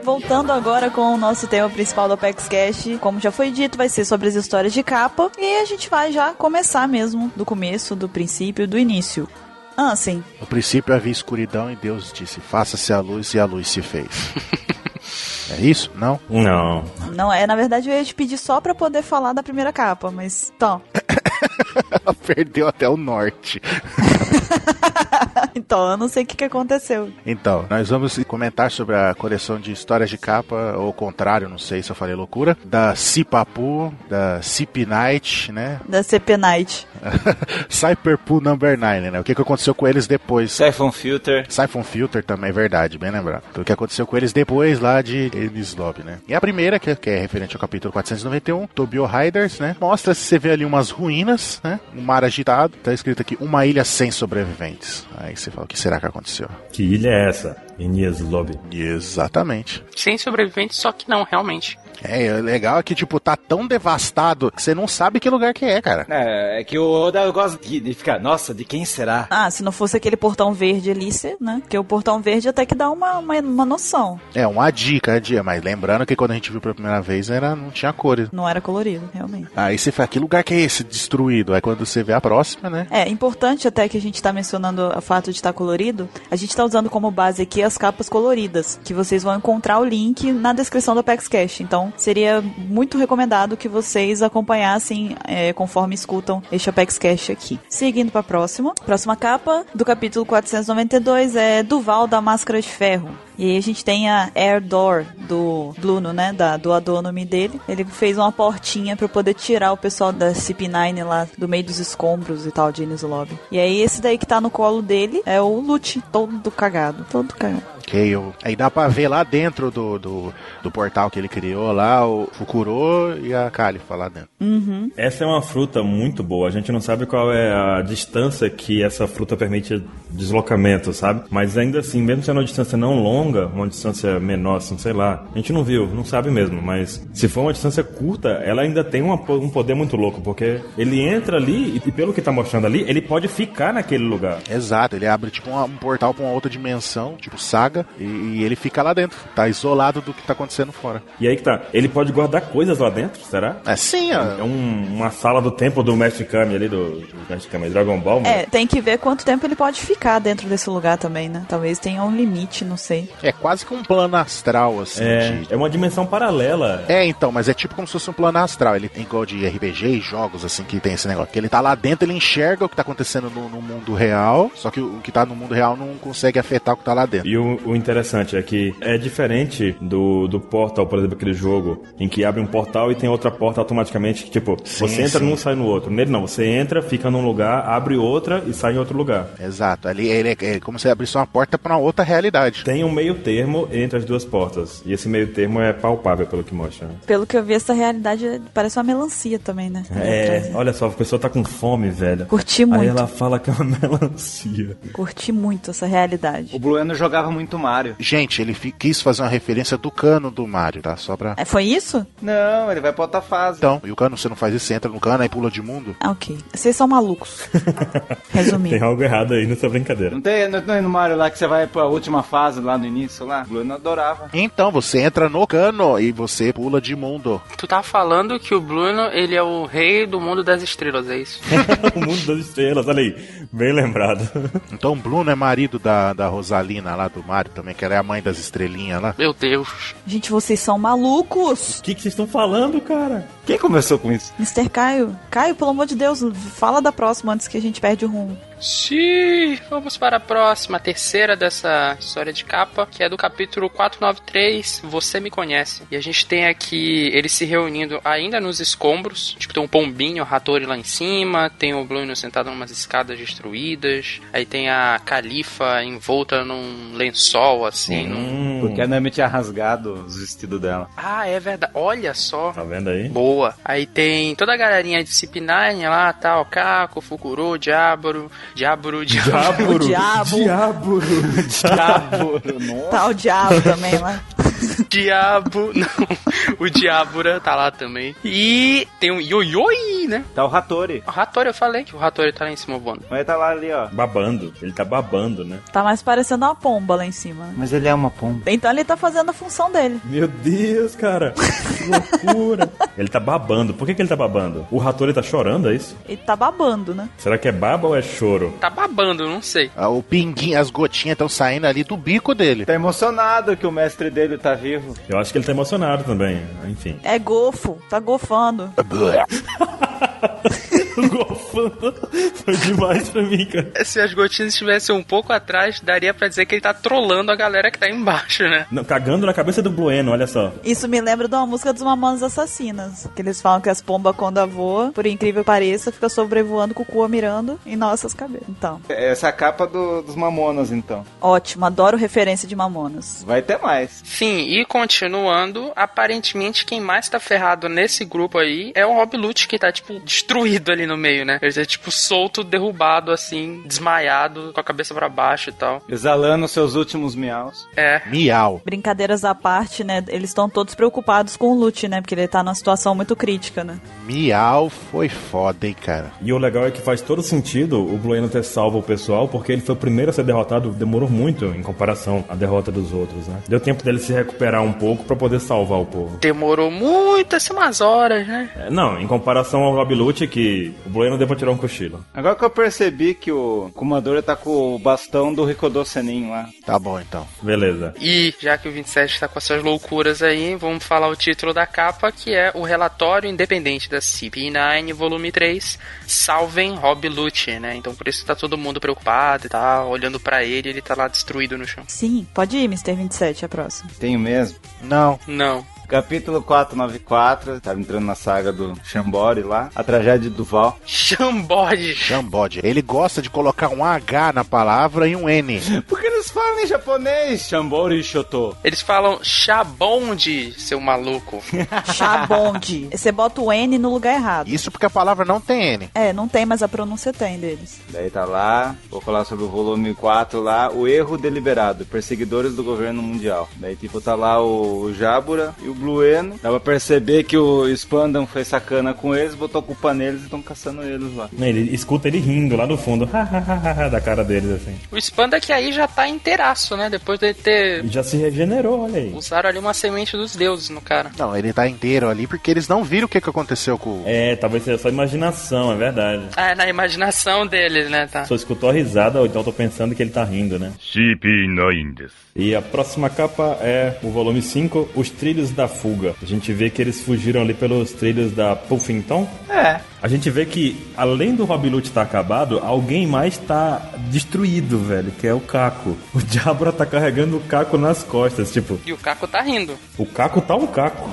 [SPEAKER 4] Voltando agora com o nosso tema principal do Apex Cash, como já foi dito, vai ser sobre as histórias de capa e a gente vai já começar mesmo do começo, do princípio, do início. Ah, Ansem,
[SPEAKER 2] No princípio havia escuridão e Deus disse: Faça-se a luz, e a luz se fez. é isso? Não?
[SPEAKER 1] Não.
[SPEAKER 4] não é, na verdade eu ia te pedir só pra poder falar da primeira capa, mas então,
[SPEAKER 2] Ela perdeu até o norte.
[SPEAKER 4] então eu não sei o que, que aconteceu.
[SPEAKER 2] Então, nós vamos comentar sobre a coleção de histórias de capa, ou ao contrário, não sei se eu falei loucura, da Cipapu, da Cip Night, né?
[SPEAKER 4] Da CP Night.
[SPEAKER 2] Cyperpoo Number 9, né? O que, que aconteceu com eles depois?
[SPEAKER 5] Siphon um Filter.
[SPEAKER 2] Siphon Filter também, é verdade, bem lembrado. Então, o que aconteceu com eles depois lá de Enislob, né? E a primeira, que, que é referente ao capítulo 491, Tobio Riders, um, né? Mostra, se você vê ali umas ruínas, né? Um mar agitado, tá escrito aqui, uma ilha sem sobreviventes. Aí você fala, o que será que aconteceu?
[SPEAKER 1] Que ilha é essa? Enias Lobby.
[SPEAKER 2] E exatamente.
[SPEAKER 3] Sem sobrevivente, só que não, realmente.
[SPEAKER 2] É, e o legal é que, tipo, tá tão devastado que você não sabe que lugar que é, cara.
[SPEAKER 5] É, é que o Oda gosta de de ficar, nossa, de quem será?
[SPEAKER 4] Ah, se não fosse aquele portão verde ali, cê, né? Porque o portão verde até que dá uma, uma, uma noção.
[SPEAKER 2] É uma dica, uma dica, mas lembrando que quando a gente viu pela primeira vez era, não tinha cores.
[SPEAKER 4] Não era colorido, realmente.
[SPEAKER 2] Aí você fala, que lugar que é esse destruído? Aí quando você vê a próxima, né?
[SPEAKER 4] É, importante até que a gente tá mencionando o fato de estar colorido. A gente tá usando como base aqui as capas coloridas, que vocês vão encontrar o link na descrição do Apex Cash. Então, Então, seria muito recomendado que vocês acompanhassem é, conforme escutam este Apex Cash aqui. Seguindo para a próxima. Próxima capa do capítulo 492 é Duval da Máscara de Ferro. E aí a gente tem a Air Door do Bruno, né? Da, do adônome dele. Ele fez uma portinha para poder tirar o pessoal da CP9 lá do meio dos escombros e tal, de Ines Lobby. E aí esse daí que tá no colo dele é o Lute, todo cagado. Todo cagado.
[SPEAKER 2] Ok, eu- aí dá pra ver lá dentro do, do, do portal que ele criou lá, o Fukuro e a Califa lá dentro.
[SPEAKER 1] Essa é uma fruta muito boa. A gente não sabe qual é a distância que essa fruta permite deslocamento, sabe? Mas ainda assim, mesmo sendo uma distância não longa, uma distância menor, assim, sei lá. A gente não viu, não sabe mesmo. Mas se for uma distância curta, ela ainda tem uma po- um poder muito louco, porque ele entra ali e, e pelo que tá mostrando ali, ele pode ficar naquele lugar.
[SPEAKER 2] Exato, ele abre tipo uma- um portal pra uma outra dimensão, tipo saga, e, e ele fica lá dentro, tá isolado do que tá acontecendo fora.
[SPEAKER 1] E aí que tá, ele pode guardar coisas lá dentro, será?
[SPEAKER 2] É sim,
[SPEAKER 1] É
[SPEAKER 2] ó.
[SPEAKER 1] um- uma sala do templo do Mestre Kami ali, do, do Mestre Kami, Dragon Ball, mano.
[SPEAKER 4] É, tem que ver quanto tempo ele pode ficar dentro desse lugar também, né? Talvez tenha um limite, não sei.
[SPEAKER 2] É quase que um plano astral, assim.
[SPEAKER 1] É,
[SPEAKER 2] de-
[SPEAKER 1] é uma dimensão paralela.
[SPEAKER 2] É, então, mas é tipo como se fosse um plano astral. Ele igual de RPG e jogos, assim, que tem esse negócio. Que ele tá lá dentro, ele enxerga o que tá acontecendo no, no mundo real, só que o, o que tá no mundo real não consegue afetar o que tá lá dentro.
[SPEAKER 1] E o, o interessante é que é diferente do, do Portal, por exemplo, aquele jogo em que abre um portal e tem outra porta automaticamente, que tipo,
[SPEAKER 2] Sim,
[SPEAKER 1] você entra
[SPEAKER 2] sim.
[SPEAKER 1] num sai no outro. Nele não, você entra, fica num lugar, abre outra e sai em outro lugar.
[SPEAKER 2] Exato, ali ele é, é como se abrisse uma porta pra uma outra realidade.
[SPEAKER 1] Tem um meio termo entre as duas portas. E esse meio termo é palpável pelo que mostra. né?
[SPEAKER 4] Pelo que eu vi, essa realidade parece uma melancia também, né?
[SPEAKER 1] É, olha só, a pessoa tá com fome, velho.
[SPEAKER 4] Curti
[SPEAKER 1] Aí
[SPEAKER 4] muito.
[SPEAKER 1] ela fala que é uma melancia.
[SPEAKER 4] assim, Curti muito essa realidade.
[SPEAKER 5] O Blueno jogava muito Mario.
[SPEAKER 2] Gente, ele fi- quis fazer uma referência do cano do Mario, tá? Só pra.
[SPEAKER 4] É, foi isso?
[SPEAKER 5] Não, ele vai pra outra fase.
[SPEAKER 2] Então, e o cano, você não faz isso, você entra no cano, aí pula de mundo.
[SPEAKER 4] Ah, ok. Vocês são malucos.
[SPEAKER 1] Tem
[SPEAKER 4] Resumindo.
[SPEAKER 1] algo errado aí nessa brincadeira.
[SPEAKER 5] Não tem, não tem no Mario lá que você vai pra última fase lá no início lá? O Blueno adorava.
[SPEAKER 2] Então, você entra no cano e você pula de mundo.
[SPEAKER 3] Tu tá falando que o Bruno, ele é o rei do mundo das estrelas, é isso?
[SPEAKER 1] o mundo das estrelas, olha aí. Bem lembrado.
[SPEAKER 2] Então, Bruno é marido da, da Rosalina lá do Mario também, que ela é a mãe das estrelinhas lá.
[SPEAKER 3] Meu Deus.
[SPEAKER 4] Gente, vocês são malucos!
[SPEAKER 1] O que que vocês estão falando, cara?
[SPEAKER 5] Quem começou com isso?
[SPEAKER 4] Mr. Caio, Caio, pelo amor de Deus, fala da próxima antes que a gente perde o rumo.
[SPEAKER 3] Sim, vamos para a próxima, a terceira dessa história de capa, que é do capítulo 493, Você Me Conhece. E a gente tem aqui eles se reunindo ainda nos escombros, tipo tem um pombinho, o Hattori lá em cima, tem o Bruno sentado em umas escadas destruídas, aí tem a Califa envolta num lençol, assim, num...
[SPEAKER 1] Hum,
[SPEAKER 5] Porque a Nami tinha rasgado os vestidos dela.
[SPEAKER 3] Ah, é verdade, olha só...
[SPEAKER 1] Tá vendo aí?
[SPEAKER 3] Boa. Aí tem toda a galerinha de CP9 lá, tal, Kako, Fukuro, Diaboro, Diaboro, Diaboro.
[SPEAKER 4] O diabo,
[SPEAKER 5] Diabo, nossa.
[SPEAKER 4] tá o diabo também lá.
[SPEAKER 3] Diabo. Não, o Diabura tá lá também. E tem um Yoyoi, né?
[SPEAKER 5] Tá o Hattori.
[SPEAKER 3] O Hattori, eu falei que o Hattori tá lá em cima voando.
[SPEAKER 5] Mas ele tá lá ali, ó.
[SPEAKER 1] Babando. Ele tá babando, né?
[SPEAKER 4] Tá mais parecendo uma pomba lá em cima.
[SPEAKER 5] Mas ele é uma pomba.
[SPEAKER 4] Então ele tá fazendo a função dele.
[SPEAKER 1] Meu Deus, cara. Que loucura. ele tá babando. Por que, que ele tá babando? O Rator tá chorando, é isso?
[SPEAKER 4] Ele tá babando, né?
[SPEAKER 1] Será que é baba ou é choro?
[SPEAKER 3] Tá babando, não sei.
[SPEAKER 2] Ah, O pinguinho, as gotinhas estão saindo ali do bico dele.
[SPEAKER 5] Tá emocionado que o mestre dele tá vivo.
[SPEAKER 1] Eu acho que ele tá emocionado também. Enfim.
[SPEAKER 4] É gofo, tá gofando.
[SPEAKER 1] Golfando. Foi demais pra mim, cara.
[SPEAKER 3] É, Se as gotinhas estivessem um pouco atrás, daria pra dizer que ele tá trollando a galera que tá embaixo, né?
[SPEAKER 1] Não, cagando na cabeça do Bueno, olha só.
[SPEAKER 4] Isso me lembra de uma música dos Mamonas Assassinas. Que eles falam que as pombas, quando voa, por incrível que pareça, fica sobrevoando com o cu mirando em nossas cabeças. Então,
[SPEAKER 5] Essa é a capa do- dos mamonas, então.
[SPEAKER 4] ótimo, adoro referência de Mamonas.
[SPEAKER 5] Vai ter mais.
[SPEAKER 3] Sim, e continuando, aparentemente quem mais tá ferrado nesse grupo aí é o Rob Lute, que tá, tipo, destruído ali no meio, né? Ele tá, tipo, solto, derrubado, assim, desmaiado, com a cabeça pra baixo e tal.
[SPEAKER 5] Exalando seus últimos miaus.
[SPEAKER 3] É.
[SPEAKER 2] Miau.
[SPEAKER 4] Brincadeiras à parte, né? Eles estão todos preocupados com o Lute, né? Porque ele tá numa situação muito crítica, né?
[SPEAKER 2] Miau foi foda, hein, cara.
[SPEAKER 1] E o legal é que faz todo sentido o Bueno ter salvo o pessoal, porque ele foi o primeiro a ser derrotado, demorou muito em comparação à derrota dos outros, né? Deu tempo dele se recuperar um pouco pra poder salvar o povo.
[SPEAKER 3] Demorou muito, assim, umas horas, né?
[SPEAKER 1] É, Não, em comparação ao Rob Lute, que o Bueno pra tirar um cochilo.
[SPEAKER 5] Agora que eu percebi que o Kumadora tá com o bastão do Ricodô Senin lá.
[SPEAKER 2] Tá bom então.
[SPEAKER 1] Beleza.
[SPEAKER 3] E já que o 27 está com essas loucuras aí, vamos falar o título da capa, que é o relatório independente da CP9, volume 3, Salvem Rob Lucci, né? Então por isso tá todo mundo preocupado e tá olhando pra ele, ele tá lá destruído no chão.
[SPEAKER 4] Sim, pode ir, Mr. 27, é próximo.
[SPEAKER 5] Tenho mesmo.
[SPEAKER 2] Não.
[SPEAKER 3] Não.
[SPEAKER 5] Capítulo 494, tava Tá entrando na saga do Chambori lá. A tragédia de Duval.
[SPEAKER 3] Chambode.
[SPEAKER 2] Chambode. Ele gosta de colocar um H na palavra e um N.
[SPEAKER 5] Por que eles falam em japonês? Chambori Shoto.
[SPEAKER 3] Eles falam Chabonde, seu maluco.
[SPEAKER 4] Chabonde. Você bota o N no lugar errado.
[SPEAKER 2] Isso porque a palavra não tem N.
[SPEAKER 4] É, não tem, mas a pronúncia tem deles.
[SPEAKER 5] Daí tá lá, vou falar sobre o volume 4 lá, o erro deliberado, perseguidores do governo mundial. Daí tipo tá lá o, o Jabura e o Blueno. Dá pra perceber que o Spandam foi sacana com eles, botou a culpa neles e estão caçando eles lá.
[SPEAKER 1] Ele escuta ele rindo lá no fundo, da cara deles assim.
[SPEAKER 3] O Spanda que aí já tá inteiraço, né? Depois de ter
[SPEAKER 1] E já se regenerou, olha aí.
[SPEAKER 3] usaram ali uma semente dos deuses no cara.
[SPEAKER 2] Não, ele tá inteiro ali porque eles não viram o que, que aconteceu com o.
[SPEAKER 1] É, talvez seja só imaginação, é verdade.
[SPEAKER 3] Ah, é na imaginação deles, né? Tá.
[SPEAKER 1] Só escutou a risada, ou então tô pensando que ele tá rindo, né?
[SPEAKER 8] CP9 です。
[SPEAKER 1] E a próxima capa é o volume 5, Os Trilhos da Fuga. A gente vê que eles fugiram ali pelos trilhos da Puffington.
[SPEAKER 5] É.
[SPEAKER 1] A gente vê que, além do Rob Lute estar acabado, alguém mais tá destruído, velho, que é o Caco. O Diabra tá carregando o Caco nas costas, tipo,
[SPEAKER 3] E o Caco tá rindo.
[SPEAKER 1] o Caco tá um Caco.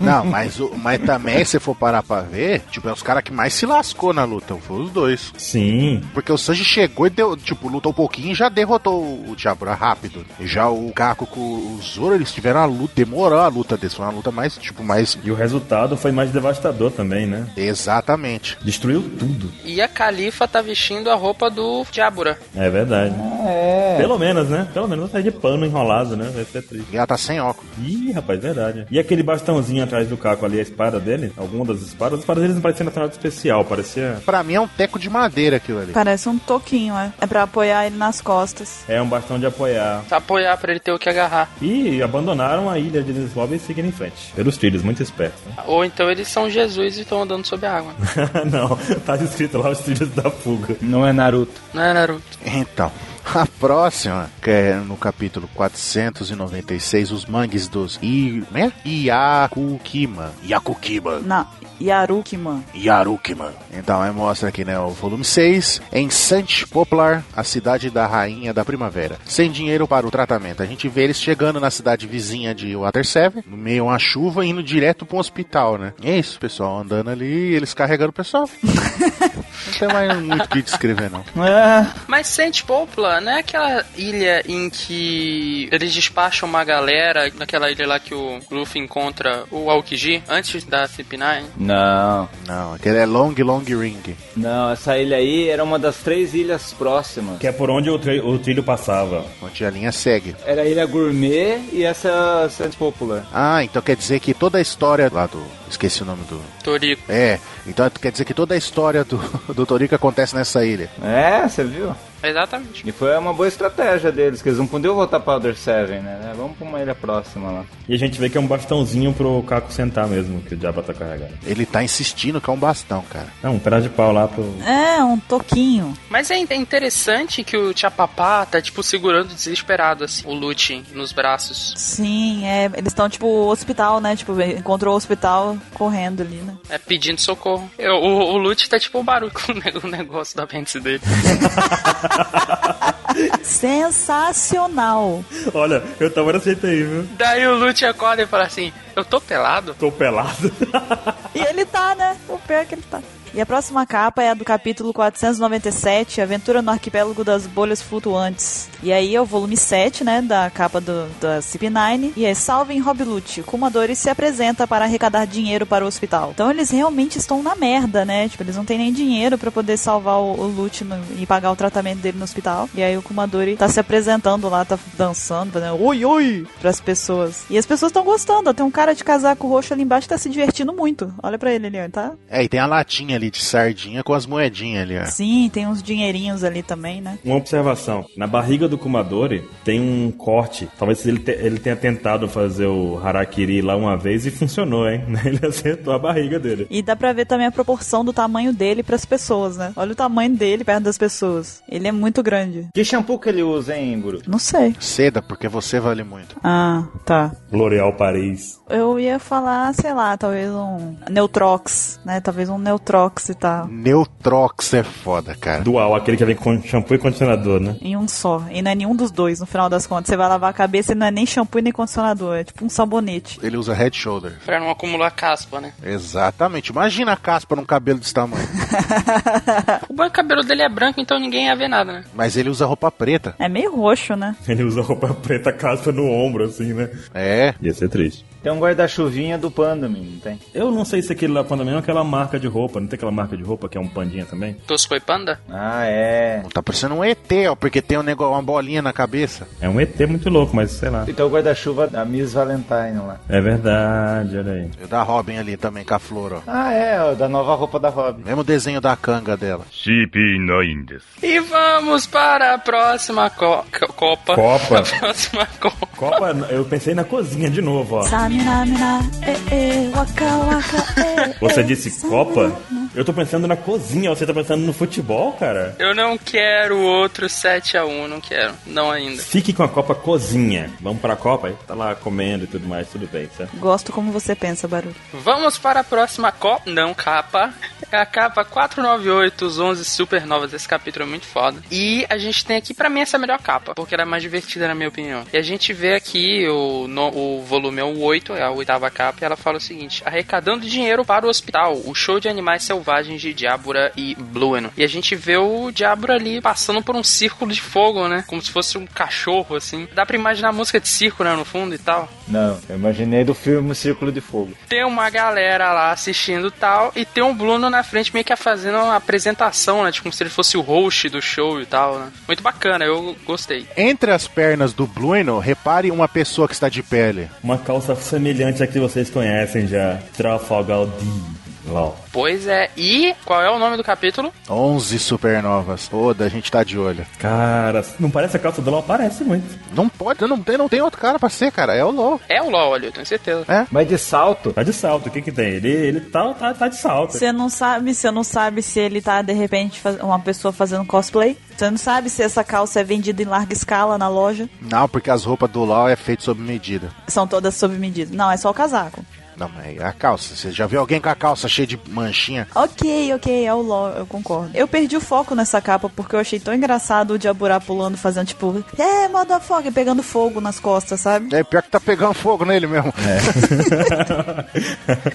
[SPEAKER 2] Não, mas, o, mas também, se for parar pra ver, tipo, é os caras que mais se lascou na luta. Foram os dois.
[SPEAKER 1] Sim,
[SPEAKER 2] Porque o Sanji chegou e deu, tipo, lutou um pouquinho e já derrotou o Diabra rápido. Já o Kako com o Zoro, eles tiveram a luta, demorou a luta deles. Foi uma luta mais, tipo, mais.
[SPEAKER 1] e o resultado foi mais devastador também, né?
[SPEAKER 2] Exatamente.
[SPEAKER 1] Destruiu tudo.
[SPEAKER 3] E a Califa tá vestindo a roupa do Diabura.
[SPEAKER 1] É verdade. É. Pelo menos, né? Pelo menos vai sair de pano enrolado, né? Vai ser triste.
[SPEAKER 2] E ela tá sem óculos.
[SPEAKER 1] Ih, rapaz, verdade. E aquele bastãozinho atrás do caco ali, a espada dele? Alguma das espadas? As espadas deles não pareciam nada especial, parecia...
[SPEAKER 2] Pra mim é um teco de madeira aquilo ali.
[SPEAKER 4] Parece um toquinho, é. É pra apoiar ele nas costas.
[SPEAKER 1] É um bastão de apoiar.
[SPEAKER 3] Pra apoiar pra ele ter o que agarrar.
[SPEAKER 1] E abandonaram a ilha de Lisboa e seguiram em frente. Pelos trilhos, muito esperto. né?
[SPEAKER 3] Ou então eles são Jesus e estão andando sob a água.
[SPEAKER 1] não, tá escrito lá os trilhos da fuga.
[SPEAKER 5] Não é Naruto.
[SPEAKER 3] Não é, Naruto?
[SPEAKER 2] Então, a próxima, que é no capítulo 496, os mangues dos I, né? Yakukima. Yakukima.
[SPEAKER 4] Na Yaruki, mano.
[SPEAKER 2] Yarukima. Então, aí mostra aqui, né, o volume 6, em Saint Poplar, a cidade da rainha da primavera, sem dinheiro para o tratamento. A gente vê eles chegando na cidade vizinha de Water Seven, no meio a uma chuva, indo direto para um hospital, né? E é isso, pessoal, andando ali, eles carregando o pessoal. não tem mais muito o que descrever, não.
[SPEAKER 5] É.
[SPEAKER 3] Mas Saint Popla não é aquela ilha em que eles despacham uma galera, naquela ilha lá que o Luffy encontra o Aokiji, antes da CP9?
[SPEAKER 5] Não.
[SPEAKER 2] Não, aquele é Long Long Ring.
[SPEAKER 5] Não, essa ilha aí era uma das três ilhas próximas.
[SPEAKER 1] Que é por onde o, tri- o trilho passava.
[SPEAKER 2] Onde a linha segue.
[SPEAKER 5] Era a Ilha Gourmet e essa é a Santos Popular.
[SPEAKER 2] Ah, então quer dizer que toda a história lá do. Esqueci o nome do.
[SPEAKER 3] Toriko.
[SPEAKER 2] É, então quer dizer que toda a história do, do Torico acontece nessa ilha.
[SPEAKER 5] É, você viu?
[SPEAKER 3] Exatamente.
[SPEAKER 5] E foi uma boa estratégia deles, que eles não podiam voltar pra Elder Seven, né? É, Vamos pra uma ilha próxima lá.
[SPEAKER 1] E a gente vê que é um bastãozinho pro Caco sentar mesmo, que o diabo tá carregando.
[SPEAKER 2] Ele tá insistindo que é um bastão, cara.
[SPEAKER 1] É um pedaço de pau lá pro.
[SPEAKER 4] É, um toquinho.
[SPEAKER 3] Mas é é interessante que o Chapapá tá, tipo, segurando desesperado, assim, o Lute nos braços.
[SPEAKER 4] Sim, é. Eles estão, tipo, hospital, né? Tipo, encontrou o hospital correndo ali, né?
[SPEAKER 3] É, pedindo socorro. Eu- o, o Lute tá, tipo, o barulho com o ne- o negócio da apêndice dele.
[SPEAKER 4] Sensacional.
[SPEAKER 1] Olha, eu tava nesse jeito aí, viu?
[SPEAKER 3] Daí o Lute acorda e fala assim, eu tô pelado?
[SPEAKER 1] Tô pelado.
[SPEAKER 4] E ele tá, né? O pior é que ele tá. E a próxima capa é a do capítulo 497, Aventura no Arquipélago das Bolhas Flutuantes. E aí é o volume 7, né, da capa do, da CP9. E é Salvem Rob Lute, Kumadori se apresenta para arrecadar dinheiro para o hospital. Então eles realmente estão na merda, né? Tipo, eles não têm nem dinheiro pra poder salvar o, o Lute no- e pagar o tratamento dele no hospital. E aí o Kumadori tá se apresentando lá, tá dançando, fazendo oi, oi pras pessoas. E as pessoas estão gostando. ó. Tem um cara de casaco roxo ali embaixo que tá se divertindo muito. Olha pra ele ali, ó. Ele Tá
[SPEAKER 2] É, e tem a latinha ali de sardinha com as moedinhas ali, ó.
[SPEAKER 4] Sim, tem uns dinheirinhos ali também, né?
[SPEAKER 1] Uma observação. Na barriga do Kumadori tem um corte. Talvez ele, te- ele tenha tentado fazer o Harakiri lá uma vez e funcionou, hein? Ele acertou a barriga dele.
[SPEAKER 4] E dá pra ver também a proporção do tamanho dele pras pessoas, né? Olha o tamanho dele perto das pessoas. Ele é muito grande.
[SPEAKER 5] Que shampoo que ele usa, hein, Guru?
[SPEAKER 4] Não sei.
[SPEAKER 2] Ceda, porque você vale muito.
[SPEAKER 4] Ah, tá.
[SPEAKER 1] L'Oréal Paris.
[SPEAKER 4] Eu ia falar, sei lá, talvez um Neutrox, né? Talvez um Neutrox e tal.
[SPEAKER 2] Neutrox é foda, cara.
[SPEAKER 1] Dual, aquele que vem com shampoo e condicionador, né?
[SPEAKER 4] Em um só. E não é nenhum dos dois, no final das contas. Você vai lavar a cabeça e não é nem shampoo e nem condicionador. É tipo um sabonete.
[SPEAKER 2] Ele usa head shoulder.
[SPEAKER 3] Pra não acumular caspa, né?
[SPEAKER 2] Exatamente. Imagina a caspa num cabelo desse tamanho.
[SPEAKER 3] O bom é que o cabelo dele é branco, então ninguém ia ver nada, né?
[SPEAKER 2] Mas ele usa roupa preta.
[SPEAKER 4] É meio roxo, né?
[SPEAKER 1] Ele usa roupa preta, caspa no ombro, assim, né?
[SPEAKER 2] É.
[SPEAKER 1] Ia ser triste.
[SPEAKER 5] Tem um guarda-chuvinha do Pandamin, não tem?
[SPEAKER 1] Eu não sei se aquele lá panda mesmo é aquela marca de roupa. Não tem aquela marca de roupa que é um pandinha também?
[SPEAKER 3] Tosco e Panda?
[SPEAKER 5] Ah, é.
[SPEAKER 2] Tá parecendo um ET, ó, porque tem um negócio, uma bolinha na cabeça.
[SPEAKER 1] É um ET muito louco, mas sei lá.
[SPEAKER 5] Então o guarda-chuva da Miss Valentine lá.
[SPEAKER 1] É verdade, olha aí.
[SPEAKER 2] E o É da Robin ali também, com a flor, ó.
[SPEAKER 5] Ah, é, o da nova roupa da Robin.
[SPEAKER 2] Mesmo desenho da canga dela.
[SPEAKER 3] E vamos para a próxima co- co- Copa.
[SPEAKER 1] Copa.
[SPEAKER 3] A próxima Copa.
[SPEAKER 1] Copa, eu pensei na cozinha de novo, ó.
[SPEAKER 4] Samina, mina, e, e, waka, waka, eh, e,
[SPEAKER 1] Você
[SPEAKER 4] e,
[SPEAKER 1] disse
[SPEAKER 4] samina.
[SPEAKER 1] Copa? Eu tô pensando na cozinha, você tá pensando no futebol, cara?
[SPEAKER 3] Eu não quero outro 7x1, não quero. Não ainda.
[SPEAKER 1] Fique com a Copa Cozinha. Vamos pra Copa? Aí tá lá comendo e tudo mais, tudo bem, certo?
[SPEAKER 4] Gosto como você pensa, barulho.
[SPEAKER 3] Vamos para a próxima Copa. Não, capa. É a capa 498, os 11 supernovas. Esse capítulo é muito foda. E a gente tem aqui, pra mim, essa é a melhor capa, porque ela é mais divertida, na minha opinião. E a gente vê aqui o, no- o volume é o 8, é a oitava capa, e ela fala o seguinte: arrecadando dinheiro para o hospital, o show de animais selvagens de Diabura e Blueno. E a gente vê o Diabura ali passando por um círculo de fogo, né? Como se fosse um cachorro, assim. Dá pra imaginar a música de circo, né? No fundo e tal.
[SPEAKER 5] Não, eu imaginei do filme O Círculo de Fogo.
[SPEAKER 3] Tem uma galera lá assistindo tal, e tem um Bruno na frente meio que fazendo uma apresentação, né? Tipo, como se ele fosse o host do show e tal, né? Muito bacana, eu gostei.
[SPEAKER 2] Entre as pernas do Blueno, repare uma pessoa que está de pele.
[SPEAKER 1] Uma calça semelhante à que vocês conhecem já. Trafalgar D. LOL.
[SPEAKER 3] Pois é, e qual é o nome do capítulo?
[SPEAKER 2] 11 supernovas. Oda, a gente tá de olho.
[SPEAKER 1] Cara, não parece a calça do LOL? Parece muito.
[SPEAKER 2] Não pode, não tem, não tem outro cara pra ser, cara. É o LOL.
[SPEAKER 3] É o LOL ali, eu tenho certeza.
[SPEAKER 5] Mas de salto?
[SPEAKER 1] Tá de salto, o que que tem? Ele, ele tá, tá, tá de salto.
[SPEAKER 4] Você não sabe, você não sabe se ele tá de repente faz- uma pessoa fazendo cosplay. Você não sabe se essa calça é vendida em larga escala na loja.
[SPEAKER 2] Não, porque as roupas do LOL é feito sob medida.
[SPEAKER 4] São todas sob medida. Não, é só o casaco.
[SPEAKER 2] Não, mas é a calça. Você já viu alguém com a calça cheia de manchinha?
[SPEAKER 4] Ok, ok, é o LOL, eu concordo. Eu perdi o foco nessa capa porque eu achei tão engraçado o Diaburá pulando, fazendo tipo, é, motherfucker, pegando fogo nas costas, sabe?
[SPEAKER 2] É, pior que tá pegando fogo nele mesmo.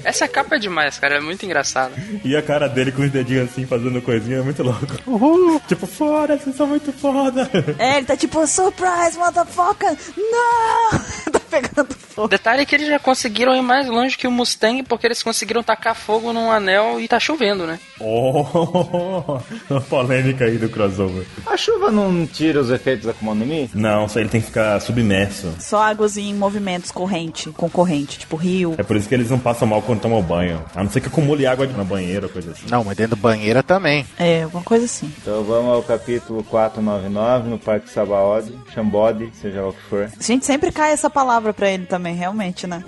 [SPEAKER 3] Essa capa é demais, cara, é muito engraçada.
[SPEAKER 1] E a cara dele com os dedinhos assim, fazendo coisinha, é muito louco. Uhul! Tipo, fora, vocês são muito foda.
[SPEAKER 4] É, ele tá tipo, surprise, motherfucker, não! tá pegando fogo.
[SPEAKER 3] Detalhe é que eles já conseguiram ir mais longe que o Mustang, porque eles conseguiram tacar fogo num anel e tá chovendo, né?
[SPEAKER 1] Oh, uma polêmica aí do crossover.
[SPEAKER 5] A chuva não tira os efeitos da Akuma no Mi?
[SPEAKER 1] Não, só ele tem que ficar submerso.
[SPEAKER 4] Só águas em movimentos corrente, com corrente, tipo rio.
[SPEAKER 1] É por isso que eles não passam mal quando tomam banho. A não ser que acumule água na banheira ou coisa assim.
[SPEAKER 2] Não, mas dentro da banheira também.
[SPEAKER 4] É, alguma coisa assim.
[SPEAKER 5] Então vamos ao capítulo 499 no Parque Sabaody, Xambode, seja lá o que for.
[SPEAKER 4] A gente sempre cai essa palavra pra ele também, realmente, né?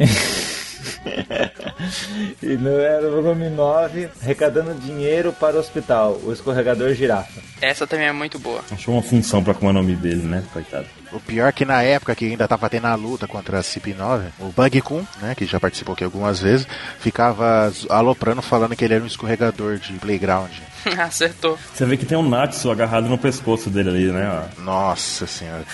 [SPEAKER 5] E no era o volume 9, arrecadando dinheiro para o hospital, o escorregador girafa.
[SPEAKER 3] Essa também é muito boa.
[SPEAKER 1] Achou uma função pra como é o nome dele, né? Coitado.
[SPEAKER 2] O pior é que na época que ainda tava tendo a luta contra a CP9, o Bug Kun, né, que já participou aqui algumas vezes, ficava z- aloprando falando que ele era um escorregador de playground.
[SPEAKER 3] Acertou.
[SPEAKER 1] Você vê que tem um Natsu agarrado no pescoço dele ali, né? ó.
[SPEAKER 2] Nossa senhora.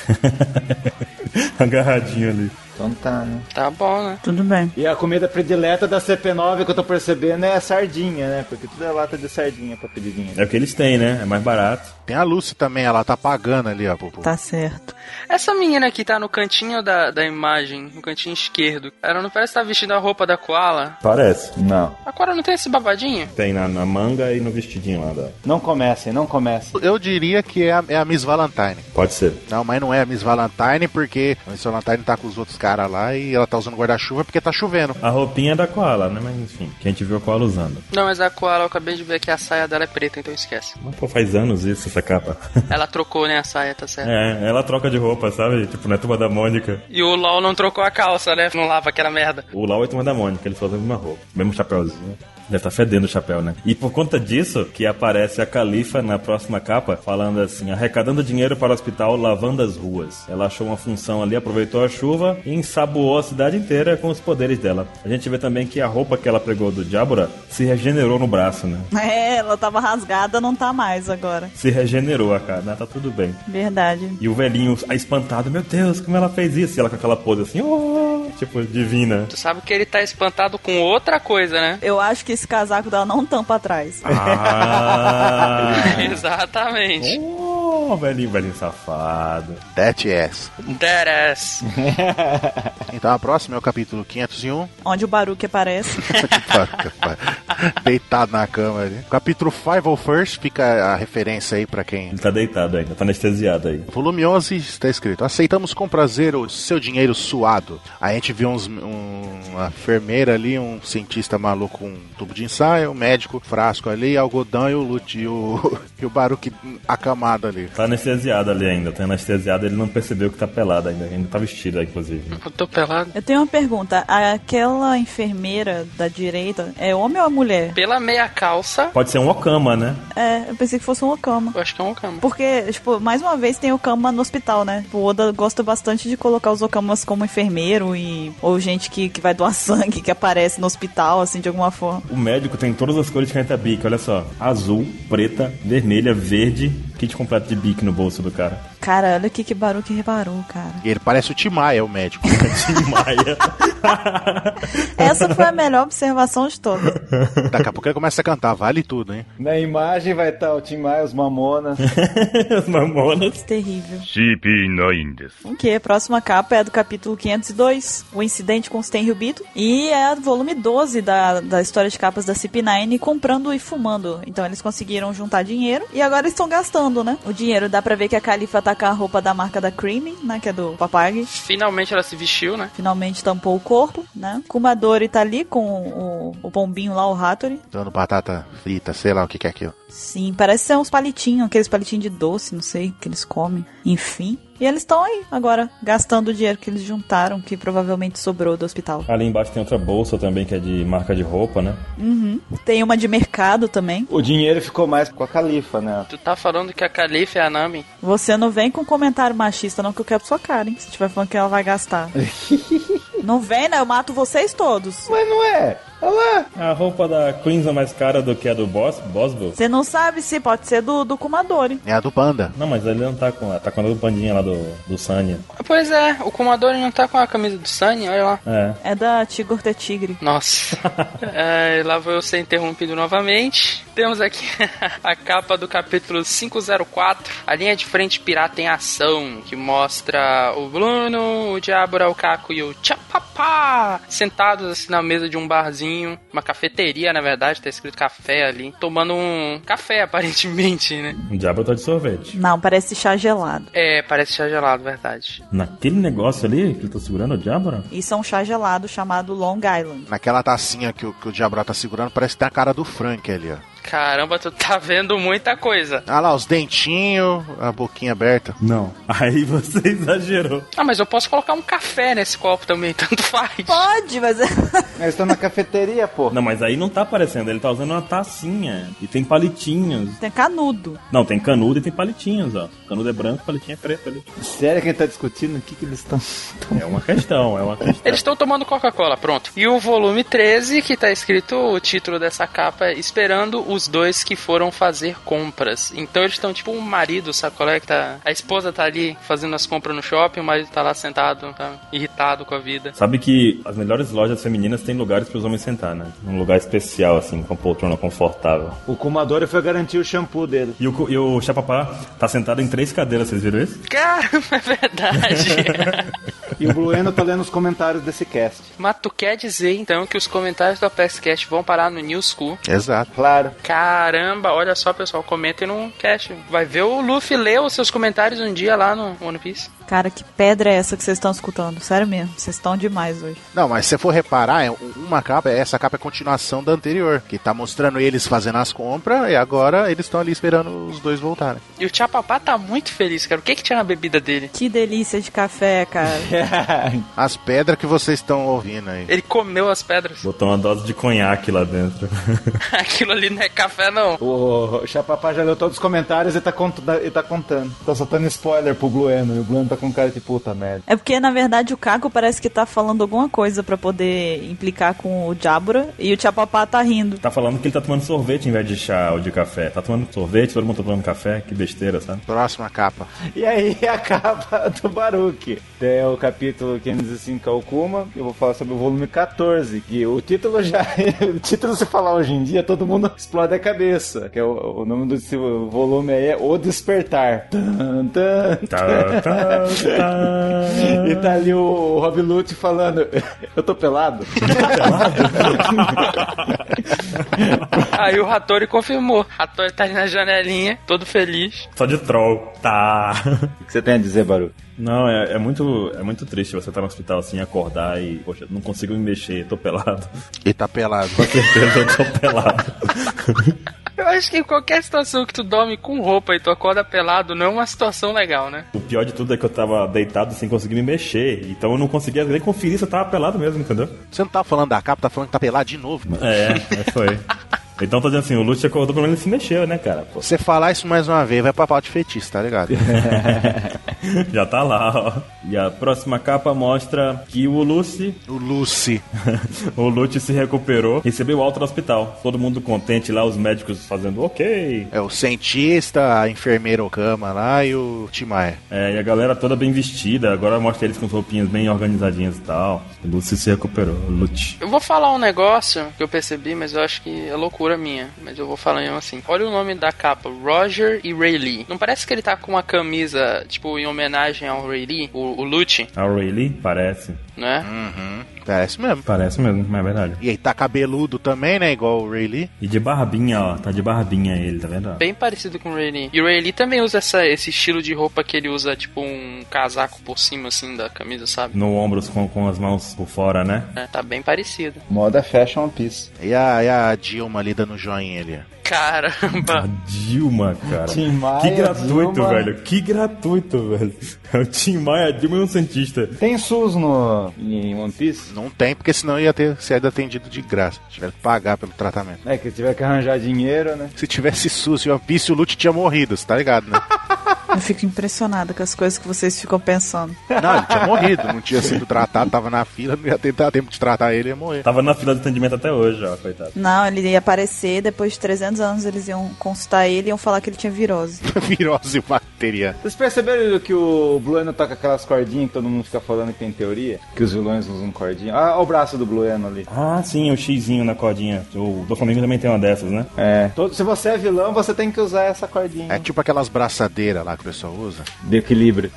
[SPEAKER 1] Agarradinho ali.
[SPEAKER 5] Então tá, né?
[SPEAKER 3] Tá bom, né?
[SPEAKER 4] Tudo bem.
[SPEAKER 5] E a comida predileta da CP9 que eu tô percebendo é a sardinha, né? Porque tudo é lata de sardinha pra pedir dinheiro.
[SPEAKER 1] É o que eles têm, né? É mais barato.
[SPEAKER 2] Tem a Lucy também, ela tá pagando ali, ó. Pro, pro-
[SPEAKER 4] Tá certo.
[SPEAKER 3] Essa menina aqui tá no cantinho da, da imagem, no cantinho esquerdo. Ela não parece estar vestindo a roupa da Koala.
[SPEAKER 1] Parece.
[SPEAKER 5] Não.
[SPEAKER 3] A Koala não tem esse babadinho?
[SPEAKER 1] Tem na, na manga e no vestidinho lá da.
[SPEAKER 5] Não comecem, não comecem.
[SPEAKER 2] Eu diria que é a, é a Miss Valentine.
[SPEAKER 1] Pode ser.
[SPEAKER 2] Não, mas não é a Miss Valentine porque a Miss Valentine tá com os outros cara lá e ela tá usando guarda-chuva porque tá chovendo.
[SPEAKER 1] A roupinha é da Koala, né? Mas enfim, que a gente viu a Koala usando.
[SPEAKER 3] Não, mas a Koala, eu acabei de ver que a saia dela é preta, então esquece.
[SPEAKER 1] Mas pô, faz anos isso, essa capa.
[SPEAKER 3] Ela trocou, né, a saia, tá certo.
[SPEAKER 1] É, ela troca de roupa, sabe? Tipo, na turma da Mônica.
[SPEAKER 3] E o LOL não trocou a calça, né? Não lava aquela merda.
[SPEAKER 1] O Lau é turma da Mônica, ele falou a mesma roupa, mesmo chapéuzinho. Deve estar fedendo o chapéu, né? E por conta disso que aparece a Califa na próxima capa, falando assim: arrecadando dinheiro para o hospital, lavando as ruas. Ela achou uma função ali, aproveitou a chuva e ensaboou a cidade inteira com os poderes dela. A gente vê também que a roupa que ela pegou do Diabora se regenerou no braço, né?
[SPEAKER 4] É, ela tava rasgada, não tá mais agora.
[SPEAKER 1] Se regenerou a cara, né? tá tudo bem.
[SPEAKER 4] Verdade.
[SPEAKER 1] E o velhinho espantado, meu Deus, como ela fez isso? E ela com aquela pose assim, oh, tipo, divina.
[SPEAKER 3] Tu sabe que ele tá espantado com outra coisa, né?
[SPEAKER 4] Eu acho que esse casaco dela não tampa atrás.
[SPEAKER 1] Ah,
[SPEAKER 3] Exatamente.
[SPEAKER 1] oh, velhinho, velhinho safado.
[SPEAKER 2] That yes.
[SPEAKER 3] That ass.
[SPEAKER 2] Então a próxima é o capítulo 501.
[SPEAKER 4] Onde o Baruque aparece.
[SPEAKER 2] Deitado na cama ali. Capítulo 501 fica a referência aí pra quem.
[SPEAKER 1] Ele tá deitado ainda, tá anestesiado aí.
[SPEAKER 2] Volume 11 está escrito: Aceitamos com prazer o seu dinheiro suado. Aí a gente viu uns, um- uma enfermeira ali, um cientista maluco com um tubo de ensaio, um médico, frasco ali, algodão e o Lute e o, e o Baruque acamado ali.
[SPEAKER 1] Tá anestesiado ali ainda, tá anestesiado, ele não percebeu que tá pelado ainda, ainda tá vestido, inclusive.
[SPEAKER 3] Eu tô pelado.
[SPEAKER 4] Eu tenho uma pergunta. Aquela enfermeira da direita é homem ou é mulher?
[SPEAKER 3] Pela meia calça,
[SPEAKER 1] Pode ser um Okama, né?
[SPEAKER 4] É, eu pensei que fosse um Okama.
[SPEAKER 3] eu acho que é um cama.
[SPEAKER 4] Porque, tipo, mais uma vez tem Okama no hospital, né? O Oda gosta bastante de colocar os Okamas como enfermeiro e. ou gente que, que vai doar sangue, que aparece no hospital, assim, de alguma forma.
[SPEAKER 1] O médico tem todas as cores de caneta é bique, olha só. Azul, preta, vermelha, verde, kit completo de bique no bolso do cara.
[SPEAKER 4] Cara, olha o que que Baruque reparou, cara.
[SPEAKER 2] E ele parece o Timaya, o médico.
[SPEAKER 1] Tim Maia.
[SPEAKER 4] Essa foi a melhor observação de todas.
[SPEAKER 2] Daqui a pouco ele começa a cantar, vale tudo, hein?
[SPEAKER 5] Na imagem vai estar o Tim Maia, os Mamonas.
[SPEAKER 1] As mamonas.
[SPEAKER 4] Terrível. O que? Próxima capa é a do capítulo 502, o incidente com Sten Ryubito, e é o volume 12 da, da história de capas da CP9, comprando e fumando. Então eles conseguiram juntar dinheiro e agora estão gastando, né? O dinheiro dá pra ver que a Califa tá com a roupa da marca da Creamy, né? Que é do Papag.
[SPEAKER 3] Finalmente ela se vestiu, né?
[SPEAKER 4] Finalmente tampou o corpo, né? Kumadori tá ali com o, o pombinho lá, o Hattori.
[SPEAKER 2] Dando batata frita, sei lá o que que é aquilo.
[SPEAKER 4] Sim, parece ser uns palitinhos, aqueles palitinhos de doce, não sei, que eles comem. Enfim. E eles estão aí agora, gastando o dinheiro que eles juntaram, que provavelmente sobrou do hospital.
[SPEAKER 1] Ali embaixo tem outra bolsa também, que é de marca de roupa, né?
[SPEAKER 4] Uhum. Tem uma de mercado também.
[SPEAKER 5] O dinheiro ficou mais com a Califa, né?
[SPEAKER 3] Tu tá falando que a Califa é a Nami?
[SPEAKER 4] Você não vem com um comentário machista, não, que eu quero sua cara, hein? Se tiver falando que ela vai gastar. não vem, né? Eu mato vocês todos.
[SPEAKER 5] Mas não é. Olha lá.
[SPEAKER 1] A roupa da Queens é mais cara do que a do Bos Boswell.
[SPEAKER 4] Você não sabe se pode ser do, do Kumadori.
[SPEAKER 2] É a do Panda.
[SPEAKER 1] Não, mas ele não tá com ela, tá com a do bandinha lá do, do Sanya.
[SPEAKER 3] Pois é, o Kumadori não tá com a camisa do Sunny, olha lá.
[SPEAKER 1] É.
[SPEAKER 4] É da Tigor the Tigre.
[SPEAKER 3] Nossa. É, lá vou eu ser interrompido novamente. Temos aqui a capa do capítulo 504. A linha de frente pirata em ação, que mostra o Bruno, o Diabora, o Caco e o Tchapapá sentados assim na mesa de um barzinho, uma cafeteria, na verdade, tá escrito café ali, tomando um café aparentemente, né?
[SPEAKER 1] O diabo tá de sorvete.
[SPEAKER 4] Não, parece chá gelado.
[SPEAKER 3] É, parece chá gelado, verdade.
[SPEAKER 1] Naquele negócio ali que ele tá segurando o diabo, né?
[SPEAKER 4] Isso é um chá gelado chamado Long Island.
[SPEAKER 2] Naquela tacinha que o, que o Diabra tá segurando, parece que tem a cara do Frank ali, ó.
[SPEAKER 3] Caramba, tu tá vendo muita coisa.
[SPEAKER 2] Ah lá, os dentinhos, a boquinha aberta.
[SPEAKER 1] Não. Aí você exagerou.
[SPEAKER 3] Ah, mas eu posso colocar um café nesse copo também, tanto faz.
[SPEAKER 4] Pode, mas.
[SPEAKER 5] Eles estão na cafeteria, pô.
[SPEAKER 1] Não, mas aí não tá aparecendo, ele tá usando uma tacinha e tem palitinhos.
[SPEAKER 4] Tem canudo.
[SPEAKER 1] Não, tem canudo e tem palitinhos, ó. Canudo é branco, palitinho é preto ali.
[SPEAKER 5] Sério que ele tá discutindo o que, que eles estão.
[SPEAKER 1] É uma questão, é uma questão.
[SPEAKER 3] Eles estão tomando Coca-Cola, pronto. E o volume 13, que tá escrito o título dessa capa, é esperando os dois que foram fazer compras. Então eles estão tipo um marido, sabe qual é que tá? A esposa tá ali fazendo as compras no shopping, o marido tá lá sentado, tá irritado com a vida.
[SPEAKER 1] Sabe que as melhores lojas femininas têm lugares para os homens sentar, né? Um lugar especial, assim, com uma poltrona confortável.
[SPEAKER 5] O Kumadori foi garantir o shampoo dele.
[SPEAKER 1] E o, cu- e o Chapapá tá sentado em três cadeiras, vocês viram isso?
[SPEAKER 3] Caramba, é verdade.
[SPEAKER 5] E o Brueno tá lendo os comentários desse cast.
[SPEAKER 3] Mas tu quer dizer então que os comentários do Cast vão parar no New School?
[SPEAKER 2] Exato.
[SPEAKER 5] Claro.
[SPEAKER 3] Caramba, olha só pessoal, comentem no cast. Vai ver o Luffy ler os seus comentários um dia lá no One Piece.
[SPEAKER 4] Cara, que pedra é essa que vocês estão escutando? Sério mesmo, vocês estão demais hoje.
[SPEAKER 2] Não, mas se você for reparar, é um- uma capa, essa capa é continuação da anterior, que tá mostrando eles fazendo as compras e agora eles estão ali esperando os dois voltarem.
[SPEAKER 3] E o Tchapapá tá muito feliz, cara. O que que tinha na bebida dele?
[SPEAKER 4] Que delícia de café, cara.
[SPEAKER 2] As pedras que vocês estão ouvindo aí.
[SPEAKER 3] Ele comeu as pedras.
[SPEAKER 1] Botou uma dose de conhaque lá dentro.
[SPEAKER 3] Aquilo ali não é café, não.
[SPEAKER 5] o Chapapá já leu todos os comentários e tá, cont- e tá contando. Tá soltando spoiler pro Glueno. E o Glueno tá com cara de puta merda.
[SPEAKER 4] É porque, na verdade, o Caco parece que tá falando alguma coisa pra poder implicar com o Jabra e o Tchapapá tá rindo.
[SPEAKER 1] Tá falando que ele tá tomando sorvete em vez de chá ou de café. Tá tomando sorvete, todo mundo tá tomando café, que besteira, sabe?
[SPEAKER 2] Próxima capa.
[SPEAKER 5] E aí acaba do Baruque. É o capítulo 505 Alcuma. Eu vou falar sobre o volume 14. Que o título já. o título, se falar hoje em dia, todo mundo explode a cabeça. Que é o, o nome desse volume aí é O Despertar. Tan, tan,
[SPEAKER 1] Tá, tá, tá.
[SPEAKER 5] E tá ali o Rob Lute falando: Eu tô pelado.
[SPEAKER 3] Aí o Ratori confirmou. Ratori tá ali na janelinha, todo feliz.
[SPEAKER 1] Só de troll. Tá.
[SPEAKER 5] O que você tem a dizer, Baruque?
[SPEAKER 1] Não, é, é muito, é muito triste você estar no hospital assim, acordar e, poxa, não consigo me mexer, tô pelado.
[SPEAKER 2] E tá pelado.
[SPEAKER 1] Com certeza eu tô pelado.
[SPEAKER 3] Eu acho que em qualquer situação que tu dorme com roupa e tu acorda pelado, não é uma situação legal, né?
[SPEAKER 1] O pior de tudo é que eu tava deitado sem conseguir me mexer. Então eu não conseguia nem conferir se eu tava pelado mesmo, entendeu?
[SPEAKER 2] Você não tá falando da capa, tá falando que tá pelado de novo.
[SPEAKER 1] É, é, foi. Então tá dizendo assim, o Lute acordou, pelo menos ele se mexeu, né, cara? Pô,
[SPEAKER 2] Você falar isso mais uma vez, vai pra pau de feitiço, tá ligado?
[SPEAKER 1] já tá lá, ó. E a próxima capa mostra que o Lucy,
[SPEAKER 2] o Lucy.
[SPEAKER 1] o Lute se recuperou, recebeu alta no hospital. Todo mundo contente lá, os médicos fazendo ok.
[SPEAKER 2] É o cientista, a enfermeira Okama lá e o Timaya.
[SPEAKER 1] É, e a galera toda bem vestida, agora mostra eles com as roupinhas bem organizadinhas e tal. O Lucy se recuperou, o Lute.
[SPEAKER 3] Eu vou falar um negócio que eu percebi, mas eu acho que é loucura minha. Mas eu vou falar mesmo assim. Olha o nome da capa, Roger e Ray Lee. Não parece que ele tá com uma camisa, tipo, em homenagem ao Ray Lee, o, o Lute,
[SPEAKER 1] A Ah, Rayleigh? Parece.
[SPEAKER 3] né?
[SPEAKER 2] Parece mesmo.
[SPEAKER 1] Parece mesmo, mas é verdade.
[SPEAKER 2] E aí tá cabeludo também, né? Igual o Ray Lee.
[SPEAKER 1] E de barbinha, ó. Tá de barbinha ele, tá vendo?
[SPEAKER 3] Bem parecido com o Ray Lee. E o Ray Lee também usa essa, esse estilo de roupa que ele usa, tipo, um casaco por cima, assim, da camisa, sabe?
[SPEAKER 1] No ombros com, com as mãos por fora, né?
[SPEAKER 3] É, tá bem parecido.
[SPEAKER 5] Moda Fashion One Piece.
[SPEAKER 2] E a, e a Dilma ali dando joinha ali.
[SPEAKER 1] A
[SPEAKER 2] ó.
[SPEAKER 3] Caramba!
[SPEAKER 1] Dilma, cara.
[SPEAKER 5] Tim Maia,
[SPEAKER 1] que gratuito,
[SPEAKER 5] Dilma.
[SPEAKER 1] velho. Que gratuito, velho. É o Tim Maia, a Dilma e um cientista.
[SPEAKER 5] Tem SUS no, em One Piece?
[SPEAKER 2] Não tem, porque senão ia ter sido atendido de graça. Tiveram que pagar pelo tratamento.
[SPEAKER 5] É, que tiver que arranjar dinheiro, né?
[SPEAKER 2] Se tivesse SUS e One Piece, o Lute tinha morrido, você tá ligado, né?
[SPEAKER 4] Eu fico impressionada com as coisas que vocês ficam pensando.
[SPEAKER 2] Não, ele tinha morrido, não tinha sido tratado, tava na fila, não ia ter dado tempo de tratar ele, ia morrer.
[SPEAKER 1] Tava na fila de atendimento até hoje, ó, coitado.
[SPEAKER 4] Não, ele ia aparecer, depois de 300 anos eles iam consultar ele e iam falar que ele tinha virose.
[SPEAKER 2] Virose bacteriana.
[SPEAKER 5] Vocês perceberam que o Blueno tá com aquelas cordinhas que todo mundo fica falando que tem teoria? Que os vilões usam cordinha. Ah, olha o braço do Blueno ali.
[SPEAKER 1] Ah, sim, o xizinho na cordinha. O do Flamengo também tem uma dessas, né?
[SPEAKER 5] É. Todo- se você é vilão, você tem que usar essa cordinha.
[SPEAKER 2] É tipo aquelas braçadeiras lá que o pessoal usa.
[SPEAKER 5] De equilíbrio.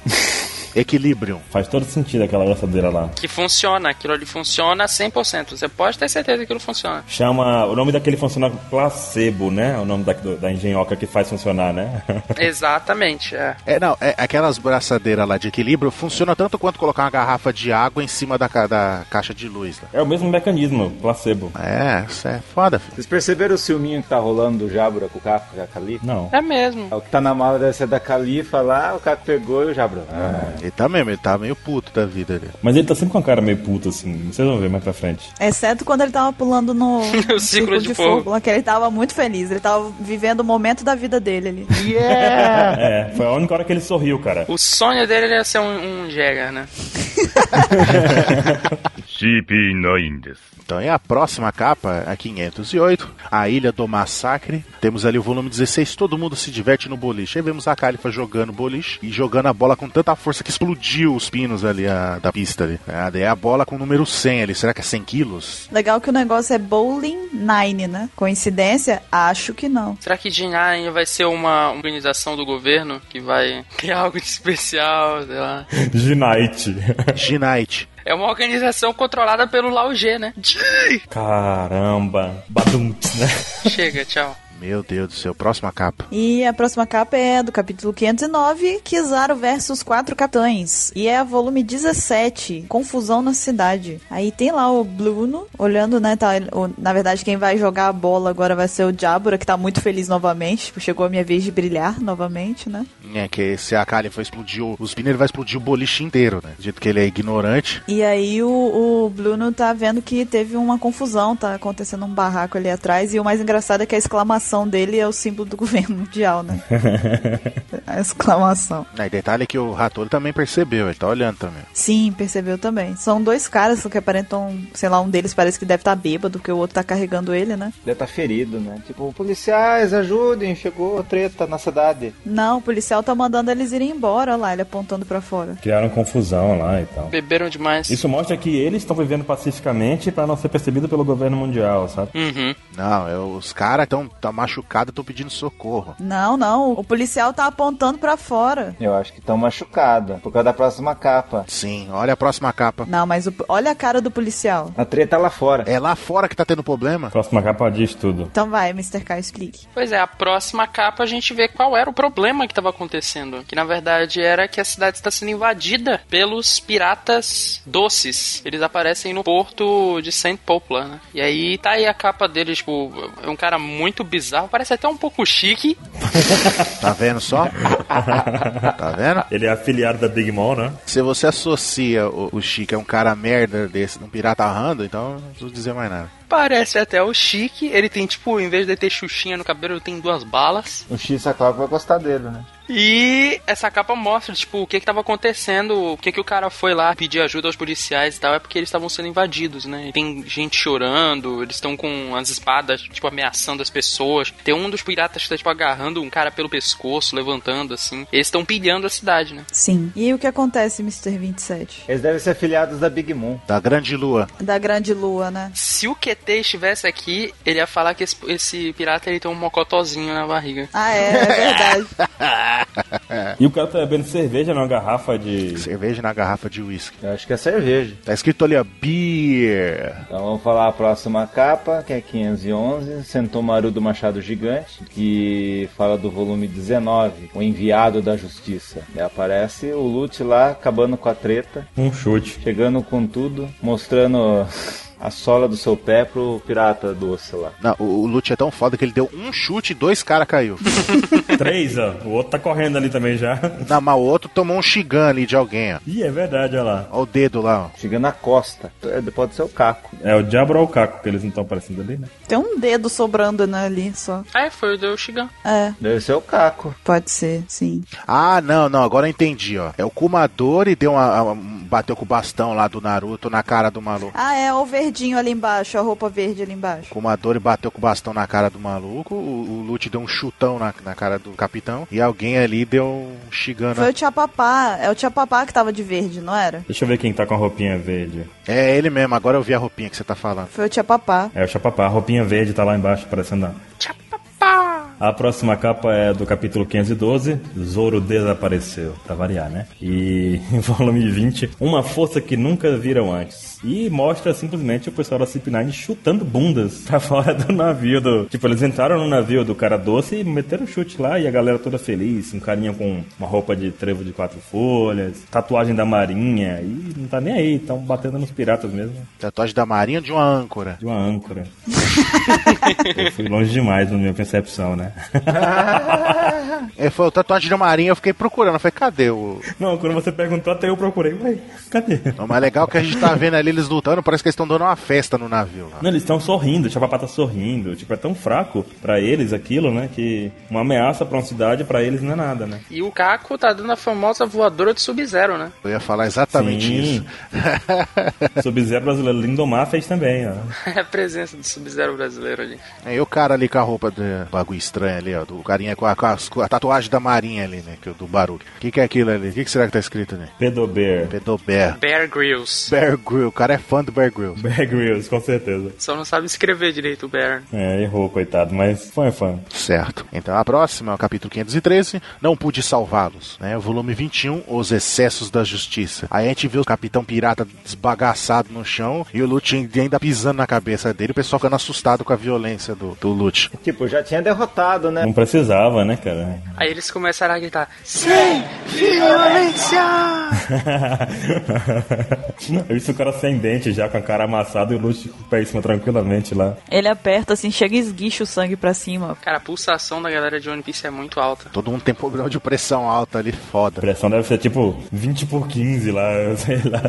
[SPEAKER 2] Equilibrium.
[SPEAKER 1] Faz todo sentido aquela braçadeira lá.
[SPEAKER 3] Que funciona, aquilo ali funciona 100%. Você pode ter certeza que aquilo funciona.
[SPEAKER 1] Chama. O nome daquele funcionário placebo, né? O nome da, do- da engenhoca que faz funcionar, né?
[SPEAKER 3] Exatamente, é.
[SPEAKER 2] É, não, é, aquelas braçadeiras lá de equilíbrio funciona tanto quanto colocar uma garrafa de água em cima da, ca- da caixa de luz lá.
[SPEAKER 1] é o mesmo mecanismo, placebo.
[SPEAKER 2] É, isso é foda, filho.
[SPEAKER 5] Vocês perceberam o ciúminho que tá rolando do Jabra com o Caco, com a Califa?
[SPEAKER 1] Não.
[SPEAKER 3] É mesmo.
[SPEAKER 5] O que tá na mala deve ser da Califa lá, o Caco pegou e o Jabra. Ah.
[SPEAKER 2] Ele tá mesmo, ele tá meio puto da vida ali.
[SPEAKER 1] Mas ele tá sempre com a cara meio puta, assim. Vocês vão ver mais pra frente.
[SPEAKER 4] Exceto quando ele tava pulando no
[SPEAKER 3] círculo de fogo.
[SPEAKER 4] lá que ele tava muito feliz, ele tava vivendo o momento da vida dele ali.
[SPEAKER 1] É, foi a única hora que ele sorriu, cara.
[SPEAKER 3] O sonho dele era ser um, um Jagger, né?
[SPEAKER 2] Então é a próxima capa, é a 508, a Ilha do Massacre. Temos ali o volume 16, todo mundo se diverte no boliche. Aí vemos a Califa jogando boliche e jogando a bola com tanta força que explodiu os pinos ali a- da pista ali. Ah, daí a bola com o número 100 ali, será que é 100 quilos?
[SPEAKER 4] Legal que o negócio é Bowling Nine, né? Coincidência? Acho que não.
[SPEAKER 3] Será que Jinai vai ser uma organização do governo que vai ter algo de especial, sei lá?
[SPEAKER 1] Ginite.
[SPEAKER 2] Ginite.
[SPEAKER 3] É uma organização controlada pelo Lao G, né? Ji!
[SPEAKER 1] Caramba. Badum, né?
[SPEAKER 3] Chega, tchau.
[SPEAKER 2] Meu Deus do céu, próxima capa.
[SPEAKER 4] E a próxima capa é do capítulo 509, Kizaru versus Quatro Capitães. E é volume 17, Confusão na Cidade. Aí tem lá o Bruno olhando, né? Tá, o- na verdade, quem vai jogar a bola agora vai ser o Diabora, que tá muito feliz novamente. Tipo, chegou a minha vez de brilhar novamente, né?
[SPEAKER 2] É, que se a Kali for explodir o- os Spinner, ele vai explodir o boliche inteiro, né? Do jeito que ele é ignorante.
[SPEAKER 4] E aí o, o Bruno tá vendo que teve uma confusão, tá acontecendo um barraco ali atrás, e o mais engraçado é que a exclamação dele é o símbolo do governo mundial, né? a exclamação.
[SPEAKER 2] Né, E detalhe é que o Rator também percebeu, ele tá olhando também.
[SPEAKER 4] Sim, percebeu também. São dois caras que aparentam, sei lá, um deles parece que deve estar bêbado, porque o outro tá carregando ele, né?
[SPEAKER 5] Deve tá ferido, né? Tipo, policiais, ajudem, chegou treta na cidade.
[SPEAKER 4] Não, o policial tá mandando eles irem embora, olha lá, ele apontando pra fora.
[SPEAKER 1] Criaram confusão lá e tal.
[SPEAKER 3] Beberam demais.
[SPEAKER 1] Isso mostra que eles estão vivendo pacificamente pra não ser percebido pelo governo mundial, sabe?
[SPEAKER 3] Uhum.
[SPEAKER 2] Não, é, os caras estão tá machucados, estão pedindo socorro.
[SPEAKER 4] Não, não, o policial tá apontando pra fora.
[SPEAKER 5] Eu acho que estão machucada por causa da próxima capa.
[SPEAKER 2] Sim, olha a próxima capa.
[SPEAKER 4] Não, mas o- olha a cara do policial.
[SPEAKER 5] A treta lá fora.
[SPEAKER 2] É lá fora que tá tendo problema?
[SPEAKER 1] Próxima capa diz tudo.
[SPEAKER 4] Então vai, Mr. K, explique.
[SPEAKER 3] Pois é, a próxima capa a gente vê qual era o problema que estava acontecendo. Que na verdade era que a cidade está sendo invadida pelos piratas doces. Eles aparecem no porto de Saint Poplar, né? E aí tá aí a capa deles, tipo, é um cara muito bizarro, parece até um pouco chique.
[SPEAKER 2] Tá vendo só? tá vendo?
[SPEAKER 1] Ele é afiliado da Big Mom, né?
[SPEAKER 2] Se você associa o, o Chico a um cara merda desse, um pirata rando, então não preciso dizer mais nada.
[SPEAKER 3] Parece até o chique. Ele tem, tipo, em vez de ter Xuxinha no cabelo, tem duas balas.
[SPEAKER 5] O X Sacal vai gostar dele, né?
[SPEAKER 3] E essa capa mostra, tipo, o que que tava acontecendo, o que que o cara foi lá pedir ajuda aos policiais e tal, é porque eles estavam sendo invadidos, né? E tem gente chorando, eles estão com as espadas, tipo, ameaçando as pessoas. Tem um dos piratas que tá, tipo, agarrando um cara pelo pescoço, levantando, assim. Eles estão pilhando a cidade, né?
[SPEAKER 4] Sim. E o que acontece, Mr. 27?
[SPEAKER 5] Eles devem ser afiliados da Big Moon.
[SPEAKER 2] Da grande lua.
[SPEAKER 4] Da grande lua, né?
[SPEAKER 3] Se o QT estivesse aqui, ele ia falar que esse, esse pirata, ele tem um mocotozinho na barriga.
[SPEAKER 4] Ah, é, é verdade.
[SPEAKER 1] E o cara tá bebendo cerveja numa garrafa de.
[SPEAKER 2] Cerveja na garrafa de uísque.
[SPEAKER 5] Eu acho que é cerveja.
[SPEAKER 2] Tá escrito ali, ó, beer.
[SPEAKER 5] Então vamos falar a próxima capa, que é 511, Sentomaru do Machado Gigante, que fala do volume 19, O Enviado da Justiça. E aparece o Lute lá, acabando com a treta,
[SPEAKER 1] Um chute.
[SPEAKER 5] chegando com tudo, mostrando a sola do seu pé pro pirata doce lá.
[SPEAKER 2] Não, o, o Lute é tão foda que ele deu um chute e dois caras caiu.
[SPEAKER 1] Três, ó. O outro tá correndo ali também já.
[SPEAKER 2] Não, mas o outro tomou um Shigan ali de alguém, ó.
[SPEAKER 1] Ih, é verdade, olha lá.
[SPEAKER 2] Ó o dedo lá, ó.
[SPEAKER 5] Chegando na costa, É, pode ser o Caco.
[SPEAKER 1] É o Diabo ou o Caco que eles não estão aparecendo ali, né?
[SPEAKER 4] Tem um dedo sobrando né, ali só.
[SPEAKER 3] É, foi o do Shigan.
[SPEAKER 4] É,
[SPEAKER 5] Deve ser o Caco.
[SPEAKER 4] pode ser, sim.
[SPEAKER 2] Ah, não, não, agora eu entendi, ó. É o Kumadori deu uma, uma- bateu com o bastão lá do Naruto na cara do maluco.
[SPEAKER 4] Ah, é, ó o verdinho ali embaixo, a roupa verde ali embaixo.
[SPEAKER 2] O Kumadori bateu com o bastão na cara do maluco, o, o Lute deu um chutão na, na cara do capitão, e alguém ali deu um Shigan.
[SPEAKER 4] Foi
[SPEAKER 2] na-
[SPEAKER 4] o Tia Papá, é o Tia Papá que tava de verde, não era?
[SPEAKER 1] Deixa eu ver quem tá com a roupinha verde.
[SPEAKER 2] É ele mesmo, agora eu vi a roupinha que você tá falando.
[SPEAKER 4] Foi o Tia Papá.
[SPEAKER 1] É o Chapapá. A roupinha verde tá lá embaixo aparecendo. ó. A próxima capa é do capítulo 512, Zoro desapareceu, pra variar, né? E volume 20, uma força que nunca viram antes. E mostra simplesmente o pessoal da Cip9 chutando bundas pra fora do navio do... Tipo, eles entraram no navio do cara doce e meteram um chute lá e a galera toda feliz, um carinha com uma roupa de trevo de quatro folhas, tatuagem da marinha e não tá nem aí, tão batendo nos piratas mesmo
[SPEAKER 2] Tatuagem da marinha de uma âncora.
[SPEAKER 1] de uma âncora. eu fui longe demais na minha percepção, né?
[SPEAKER 2] É, foi o tatuagem da marinha, eu fiquei procurando, eu falei, cadê o...
[SPEAKER 1] Não, quando você perguntou, até eu procurei. Ué, cadê?
[SPEAKER 2] Não, mas é legal que a gente tá vendo ali eles lutando, parece que eles estão dando uma festa no navio lá.
[SPEAKER 1] Não, eles estão sorrindo, o Chapapá tá sorrindo. Tipo, é tão fraco pra eles aquilo, né? Que uma ameaça pra uma cidade, pra eles não é nada, né?
[SPEAKER 3] E o Caco tá dando a famosa voadora de Sub-Zero, né?
[SPEAKER 2] Eu ia falar exatamente
[SPEAKER 1] Sim.
[SPEAKER 2] isso.
[SPEAKER 1] Sub-Zero brasileiro, Lindomar fez também, ó.
[SPEAKER 3] É a presença do Sub-Zero brasileiro ali.
[SPEAKER 2] Aí É, o cara ali com a roupa de bagulho estranho ali, ó. Do carinha com a, com as- com a tatuagem da marinha ali, né? que- Do barulho. O que, que é aquilo ali? O que, que será que tá escrito ali?
[SPEAKER 1] Pedober.
[SPEAKER 2] Pedober.
[SPEAKER 3] Bear Grylls.
[SPEAKER 2] Bear Grill. cara é fã do Bear Grylls.
[SPEAKER 1] Bear Grylls, com certeza.
[SPEAKER 3] Só não sabe escrever direito o Baron.
[SPEAKER 1] É, errou, coitado, mas fã é fã.
[SPEAKER 2] Certo. Então a próxima, o capítulo 513, Não Pude Salvá-los, né? O volume 21, Os Excessos da Justiça. Aí a gente vê o Capitão Pirata desbagaçado no chão e o Lute ainda pisando na cabeça dele, o pessoal ficando assustado com a violência do, do Lute.
[SPEAKER 5] Tipo, já tinha derrotado, né?
[SPEAKER 1] Não precisava, né, cara?
[SPEAKER 3] Aí eles começaram a gritar: Sem violência!
[SPEAKER 1] Eu disse o cara sem dente já, com a cara amassada e o Lute com o pé em cima tranquilamente lá.
[SPEAKER 4] Ele aperta assim, chega e esguicha o sangue pra cima.
[SPEAKER 3] Cara, a pulsação da galera de One Piece é muito alta.
[SPEAKER 2] Todo mundo tem problema de pressão alta ali,
[SPEAKER 1] A
[SPEAKER 2] foda.
[SPEAKER 1] pressão deve ser tipo 20 por 15 lá, sei lá.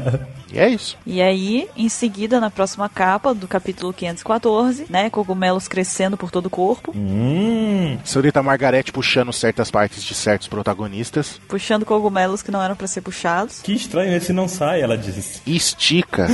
[SPEAKER 2] E é isso.
[SPEAKER 4] E aí, em seguida, na próxima capa do capítulo 514, né? Cogumelos crescendo por todo o corpo,
[SPEAKER 1] Hum,
[SPEAKER 2] Senhorita Margarete puxando certas partes de certos protagonistas.
[SPEAKER 4] puxando cogumelos que não eram pra ser puxados.
[SPEAKER 1] que estranho esse não sai, ela diz.
[SPEAKER 2] Estica.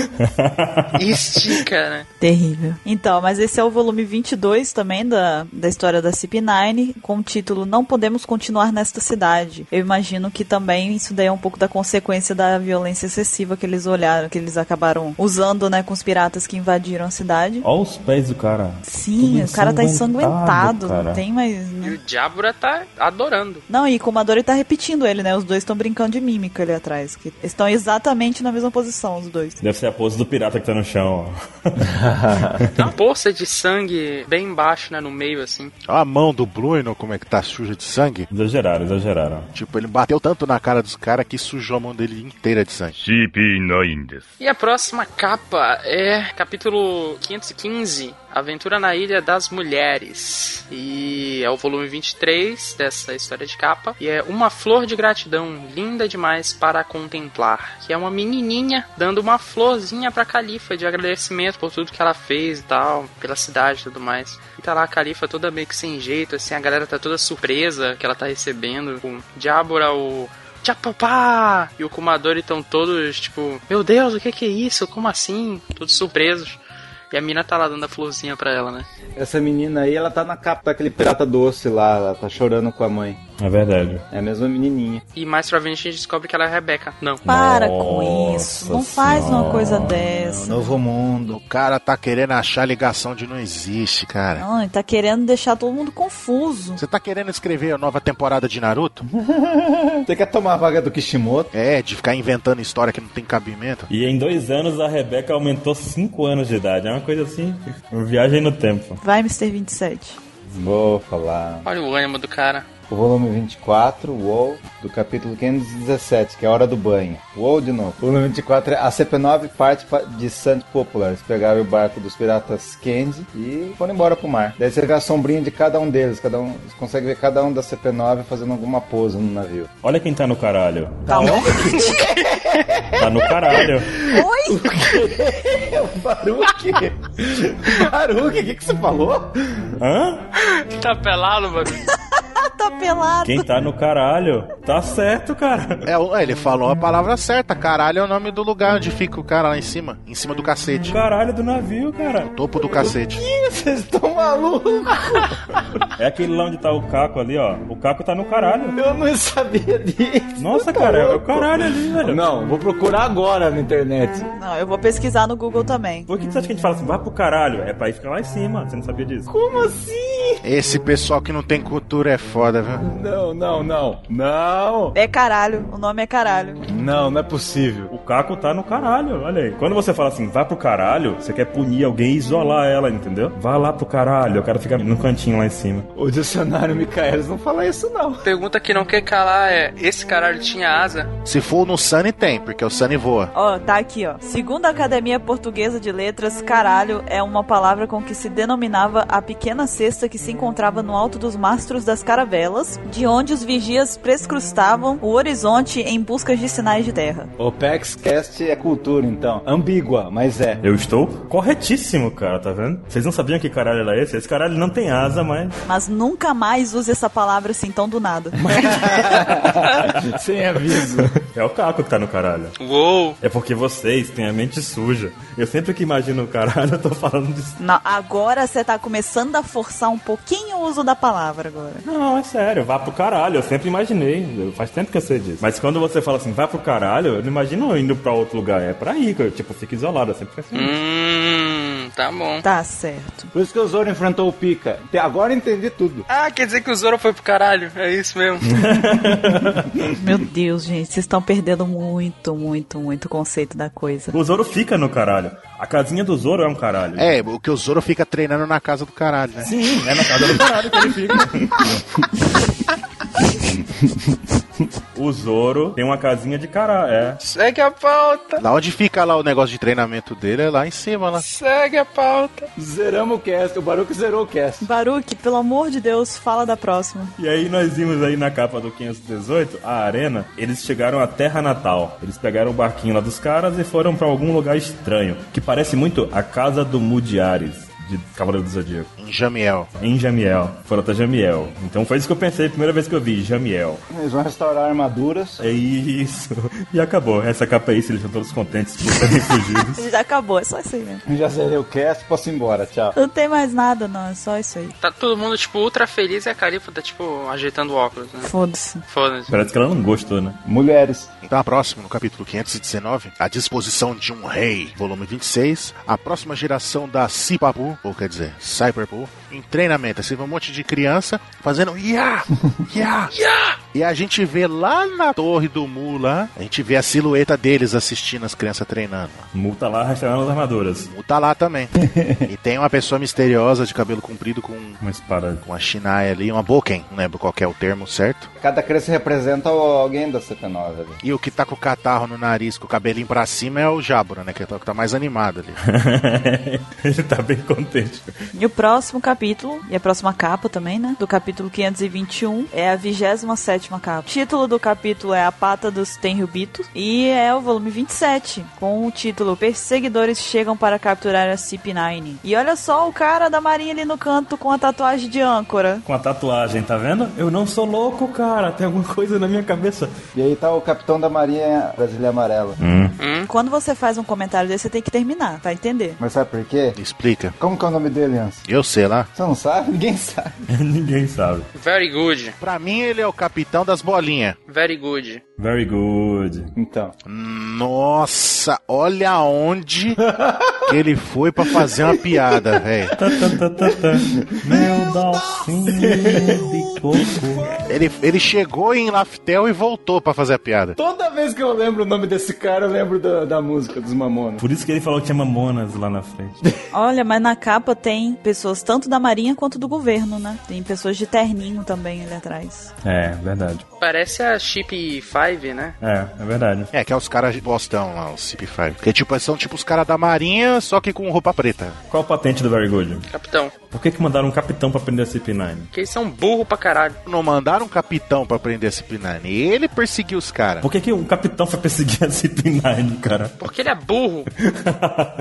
[SPEAKER 3] Estica, né?
[SPEAKER 4] Terrível. Então, mas esse é o volume 22 também da, da história da CP9, com o título Não Podemos Continuar Nesta Cidade. Eu imagino que também isso daí é um pouco da consequência da violência excessiva que eles olharam, que eles acabaram usando, né, com os piratas que invadiram a cidade.
[SPEAKER 1] Olha os pés do cara.
[SPEAKER 4] Sim,
[SPEAKER 1] Tudo
[SPEAKER 4] o cara tá ensanguentado,
[SPEAKER 1] cara.
[SPEAKER 4] não tem mais.
[SPEAKER 3] E
[SPEAKER 4] Não,
[SPEAKER 3] o Diabura tá adorando.
[SPEAKER 4] não e com o Madori tá repetindo ele, né? Os dois estão brincando de mímica ali atrás. Que estão exatamente na mesma posição, os dois.
[SPEAKER 1] Deve ser a pose do pirata que tá no chão. ó.
[SPEAKER 3] Tem uma poça de sangue bem embaixo, né? No meio, assim.
[SPEAKER 2] Olha a mão do Bruno, como é que tá suja de sangue.
[SPEAKER 1] Exageraram, exageraram.
[SPEAKER 2] Tipo, ele bateu tanto na cara dos caras que sujou a mão dele inteira de sangue.
[SPEAKER 8] CP9 です。
[SPEAKER 3] E a próxima capa é capítulo 515, Aventura na Ilha das Mulheres. E é o volume 23 dessa história de capa. E é uma flor de gratidão, linda demais para contemplar. Que é uma menininha dando uma florzinha pra Califa de agradecimento por tudo que ela fez e tal, pela cidade e tudo mais. E tá lá a Califa toda meio que sem jeito, assim, a galera tá toda surpresa que ela tá recebendo. O Diabora, o Tchapapá! E o Kumadori estão todos tipo, meu Deus, o que que é isso? Como assim? Todos surpresos. E a mina tá lá dando a florzinha pra ela, né?
[SPEAKER 5] Essa menina aí, ela tá na capa daquele pirata doce lá, ela tá chorando com a mãe.
[SPEAKER 1] É verdade.
[SPEAKER 5] É a mesma menininha.
[SPEAKER 3] E mais pra frente a gente descobre que ela é a Rebeca. Não.
[SPEAKER 4] Para com isso. Não faz uma coisa dessa.
[SPEAKER 5] Novo mundo.
[SPEAKER 2] O cara tá querendo achar ligação de não existe, cara.
[SPEAKER 4] Não, ele tá querendo deixar todo mundo confuso.
[SPEAKER 2] Você tá querendo escrever a nova temporada de Naruto?
[SPEAKER 5] Você quer tomar a vaga do Kishimoto?
[SPEAKER 2] É, de ficar inventando história que não tem cabimento.
[SPEAKER 1] E em dois anos a Rebeca aumentou 5 anos de idade. É uma coisa assim, uma viagem no tempo.
[SPEAKER 4] Vai, Mr. 27.
[SPEAKER 5] Vou falar.
[SPEAKER 3] Olha o ânimo do cara.
[SPEAKER 5] O volume 24, UOL, do capítulo 517, que é a hora do banho. UOL de novo. O volume 24 é a CP9 parte pa- de Santos Popular. Eles pegaram o barco dos piratas Candy e foram embora pro mar. Daí você vê a sombrinha de cada um deles. Cada um, você consegue ver cada um da CP9 fazendo alguma pose no navio. Então,
[SPEAKER 1] Olha quem tá no caralho.
[SPEAKER 4] Tá bom?
[SPEAKER 1] Tá no caralho.
[SPEAKER 4] Oi?
[SPEAKER 5] Baruque! Baruque, o que, que você falou?
[SPEAKER 1] Hã?
[SPEAKER 3] Tá pelado, mano.
[SPEAKER 4] Tá pelado.
[SPEAKER 1] Quem tá no caralho? Tá certo, cara.
[SPEAKER 2] É, o- ele falou a palavra certa. Caralho é o nome do lugar onde fica o cara lá em cima. Em cima do cacete.
[SPEAKER 1] Caralho do navio, cara.
[SPEAKER 2] Topo do cacete.
[SPEAKER 5] Vocês estão malucos?
[SPEAKER 1] É aquele lá onde tá o Caco ali, ó. O Caco tá no caralho.
[SPEAKER 5] Eu não sabia disso.
[SPEAKER 1] Nossa, cara, é o caralho ali, velho.
[SPEAKER 5] Não, vou procurar agora na internet.
[SPEAKER 4] Não, eu vou pesquisar no Google também.
[SPEAKER 1] Por que que você acha que a gente fala assim, vai pro caralho? É pra ir ficar lá em cima, você não sabia disso.
[SPEAKER 5] Como assim?
[SPEAKER 2] Esse pessoal que não tem cultura é foda, viu?
[SPEAKER 5] Não, não, não. Não!
[SPEAKER 4] É caralho, o nome é caralho.
[SPEAKER 5] Não, não é possível.
[SPEAKER 1] O Caco tá no caralho, olha aí. Quando você fala assim, vai pro caralho, você quer punir alguém e isolar ela, entendeu? Vai lá pro caralho, eu quero ficar no cantinho lá em cima.
[SPEAKER 5] O dicionário Micaelis não fala isso, não.
[SPEAKER 3] Pergunta que não quer calar é: esse caralho tinha asa?
[SPEAKER 2] Se for no Sunny, tem, porque o Sunny voa.
[SPEAKER 4] Ó, tá aqui, ó. Segundo a Academia Portuguesa de Letras, caralho é uma palavra com que se denominava a pequena cesta que se encontrava no alto dos mastros das caravelas, de onde os vigias prescrustavam o horizonte em busca de sinais de terra.
[SPEAKER 5] O PEXCast é cultura, então. Ambígua, mas é.
[SPEAKER 1] Eu estou corretíssimo, cara, tá vendo? Vocês não sabiam que caralho era esse? Esse caralho não tem asa, mas.
[SPEAKER 4] Mas nunca mais use essa palavra assim tão do nada.
[SPEAKER 5] Sem aviso.
[SPEAKER 1] É o Caco que tá no caralho.
[SPEAKER 3] Uou!
[SPEAKER 1] É porque vocês têm a mente suja. Eu sempre que imagino o caralho, eu tô falando disso.
[SPEAKER 4] Não, agora você tá começando a forçar um pouquinho o uso da palavra agora.
[SPEAKER 1] Não, é sério, vá pro caralho. Eu sempre imaginei. Eu- Faz tempo que eu sei disso. Mas quando você fala assim, vá pro caralho, eu não imagino eu indo pra outro lugar. É pra ir, que eu, tipo, fico isolado. Eu sempre penso nisso.
[SPEAKER 3] Hum, tá bom.
[SPEAKER 4] Tá certo.
[SPEAKER 5] Por isso que o Zoro enfrentou o Pika. Até agora eu entendi tudo.
[SPEAKER 3] Ah, quer dizer que o Zoro foi pro caralho. É isso mesmo.
[SPEAKER 4] Meu Deus, gente, vocês estão perdendo muito, muito, muito o conceito da coisa.
[SPEAKER 1] O Zoro fica no caralho. A casinha do Zoro é um caralho.
[SPEAKER 2] É, o que o Zoro fica treinando na casa do caralho, né?
[SPEAKER 1] Sim, é na casa do caralho que ele fica. o Zoro tem uma casinha de caralho. É.
[SPEAKER 3] Segue a pauta.
[SPEAKER 2] Lá onde fica lá o negócio de treinamento dele é lá em cima, lá.
[SPEAKER 3] Segue a pauta.
[SPEAKER 5] Zeramos o cast. O Baruque zerou o cast.
[SPEAKER 4] Baruque, pelo amor de Deus, fala da próxima.
[SPEAKER 1] E aí nós vimos aí na capa do 518, a arena, eles chegaram à Terra Natal. Eles pegaram o barquinho lá dos caras e foram pra algum lugar estranho, que parece muito a casa do Mudiares. De Cavaleiro do Zodíaco.
[SPEAKER 2] Em Jamiel.
[SPEAKER 1] Em Jamiel. Foram até Jamiel. Então foi isso que eu pensei a primeira vez que eu vi, Jamiel.
[SPEAKER 5] Eles vão restaurar armaduras.
[SPEAKER 1] É isso. E acabou. Essa capa é isso, eles estão todos contentes por terem fugido.
[SPEAKER 4] Já acabou, é só isso aí mesmo.
[SPEAKER 5] Já zerei o cast, posso ir embora. Tchau.
[SPEAKER 4] Não tem mais nada, não, é só isso aí.
[SPEAKER 3] Tá todo mundo, tipo, ultra feliz e a Califa tá, tipo, ajeitando o óculos, né?
[SPEAKER 4] Foda-se.
[SPEAKER 3] Foda-se.
[SPEAKER 1] Parece que ela não gostou, né?
[SPEAKER 5] Mulheres.
[SPEAKER 2] Então, a próxima, no capítulo 519, A Disposição de um Rei, volume 26, a próxima geração da Cipapu, ou quer dizer, Cyberpu, em treinamento. Assim, um monte de criança fazendo Iá! Iá! E a gente vê lá na torre do Mu, lá, a gente vê a silhueta deles assistindo as crianças treinando.
[SPEAKER 1] Multa lá restaurando as armaduras.
[SPEAKER 2] Mu tá lá também. e tem uma pessoa misteriosa de cabelo comprido com...
[SPEAKER 1] Uma espada.
[SPEAKER 2] Com a Shinai ali, uma Boken, não lembro qual que é o termo certo.
[SPEAKER 5] Cada criança representa alguém da CP9. ali.
[SPEAKER 2] E o que tá com o catarro no nariz, com o cabelinho pra cima, é o Jabura, né? Que é o que tá mais animado ali.
[SPEAKER 1] Ele tá bem contente.
[SPEAKER 4] E o próximo capítulo, e a próxima capa também, né? Do capítulo 521, é a 27 capa. O título do capítulo é A Pata dos Tenryubito, e é o volume 27, com o título Perseguidores Chegam para Capturar a CP9. E olha só o cara da marinha ali no canto com a tatuagem de âncora.
[SPEAKER 1] Com a tatuagem, tá vendo? Eu não sou louco, cara. Tem alguma coisa na minha cabeça.
[SPEAKER 5] E aí tá o capitão da Marinha Brasileira Amarela.
[SPEAKER 4] Quando você faz um comentário desse, você tem que terminar, tá pra entender.
[SPEAKER 5] Mas sabe por quê?
[SPEAKER 2] Explica.
[SPEAKER 5] Como que é o nome dele, Anson?
[SPEAKER 2] Eu sei lá.
[SPEAKER 5] Você não sabe? Ninguém sabe.
[SPEAKER 1] Ninguém sabe.
[SPEAKER 3] Very good.
[SPEAKER 2] Pra mim, ele é o capitão das bolinhas.
[SPEAKER 3] Very good.
[SPEAKER 1] Very good.
[SPEAKER 5] Então.
[SPEAKER 2] Nossa, olha onde que ele foi pra fazer uma piada, velho.
[SPEAKER 1] Meu Dalcinho de coco.
[SPEAKER 2] Ele, ele chegou em Laftel e voltou pra fazer a piada.
[SPEAKER 5] Toda vez que eu lembro o nome desse cara, eu lembro da, da música dos Mamonas.
[SPEAKER 1] Por isso que ele falou que tinha mamonas lá na frente.
[SPEAKER 4] Olha, mas na capa tem pessoas tanto da marinha quanto do governo, né? Tem pessoas de terninho também ali atrás.
[SPEAKER 1] É, verdade.
[SPEAKER 3] Parece a Chip 5, né?
[SPEAKER 1] É, é verdade.
[SPEAKER 2] É, que é os caras bostão lá, o CP5. Que tipo, são tipo os caras da marinha, só que com roupa preta.
[SPEAKER 1] Qual a patente do Very Good?
[SPEAKER 3] Capitão.
[SPEAKER 1] Por que, que mandaram um capitão pra prender a CP9?
[SPEAKER 3] Porque eles são burro pra caralho.
[SPEAKER 2] Não mandaram um capitão pra prender esse Pinani. Ele perseguiu os caras.
[SPEAKER 1] Por que, que um capitão foi perseguir a CP9, cara?
[SPEAKER 3] Porque ele é burro.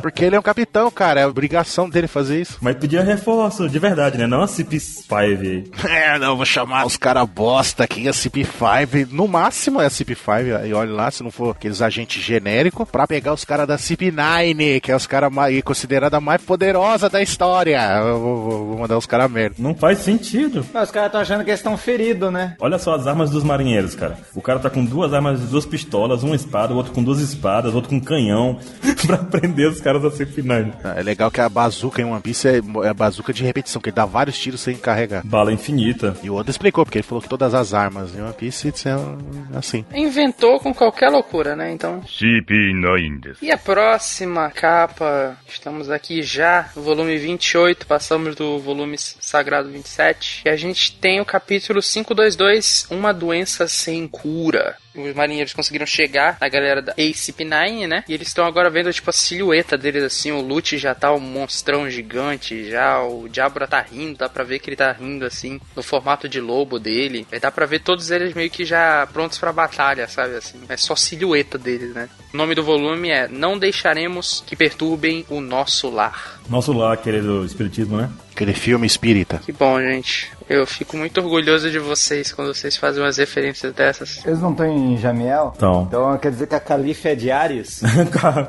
[SPEAKER 2] Porque ele é um capitão, cara. É obrigação dele fazer isso.
[SPEAKER 1] Mas pedia reforço, de verdade, né? Não a CP5 aí.
[SPEAKER 2] É, não, vou chamar os caras bosta aqui, é a CP5. No máximo é a CP5, e olha lá, se não for aqueles agentes genéricos, pra pegar os caras da CP9, que é os caras mais considerada a mais poderosa da história. Eu vou, vou- vou mandar os caras merda.
[SPEAKER 1] Não faz sentido.
[SPEAKER 5] Mas os caras estão achando que eles estão feridos, né?
[SPEAKER 1] Olha só as armas dos marinheiros, cara. O cara tá com duas armas, duas pistolas, uma espada, o outro com duas espadas, o outro com um canhão, pra prender os caras a CP9.
[SPEAKER 2] Ah, É legal que a bazuca em One Piece é, é a bazuca de repetição, que ele dá vários tiros sem carregar.
[SPEAKER 1] Bala infinita.
[SPEAKER 2] E o Oda explicou, porque ele falou que todas as armas em One Piece são assim.
[SPEAKER 3] Inventou com qualquer loucura, né? Então.
[SPEAKER 8] CP9
[SPEAKER 3] E a próxima capa? Estamos aqui já, volume 28, passamos do volume sagrado 27. E a gente tem o capítulo 522, Uma Doença Sem Cura. Os marinheiros conseguiram chegar, a galera da ACP9, né? E eles estão agora vendo, tipo, a silhueta deles, assim. O Lute já tá um monstrão gigante, já. O Diabra tá rindo, dá pra ver que ele tá rindo, assim, no formato de lobo dele. Aí dá pra ver todos eles meio que já prontos pra batalha, sabe? Assim, é só silhueta deles, né? O nome do volume é Não Deixaremos que Perturbem o Nosso Lar.
[SPEAKER 1] Nosso lá, aquele do espiritismo, né?
[SPEAKER 2] Aquele filme espírita.
[SPEAKER 3] Que bom, gente. Eu fico muito orgulhoso de vocês quando vocês fazem umas referências dessas.
[SPEAKER 5] Eles não estão em Jamiel?
[SPEAKER 1] Estão.
[SPEAKER 5] Então quer dizer que a califa é de Ares?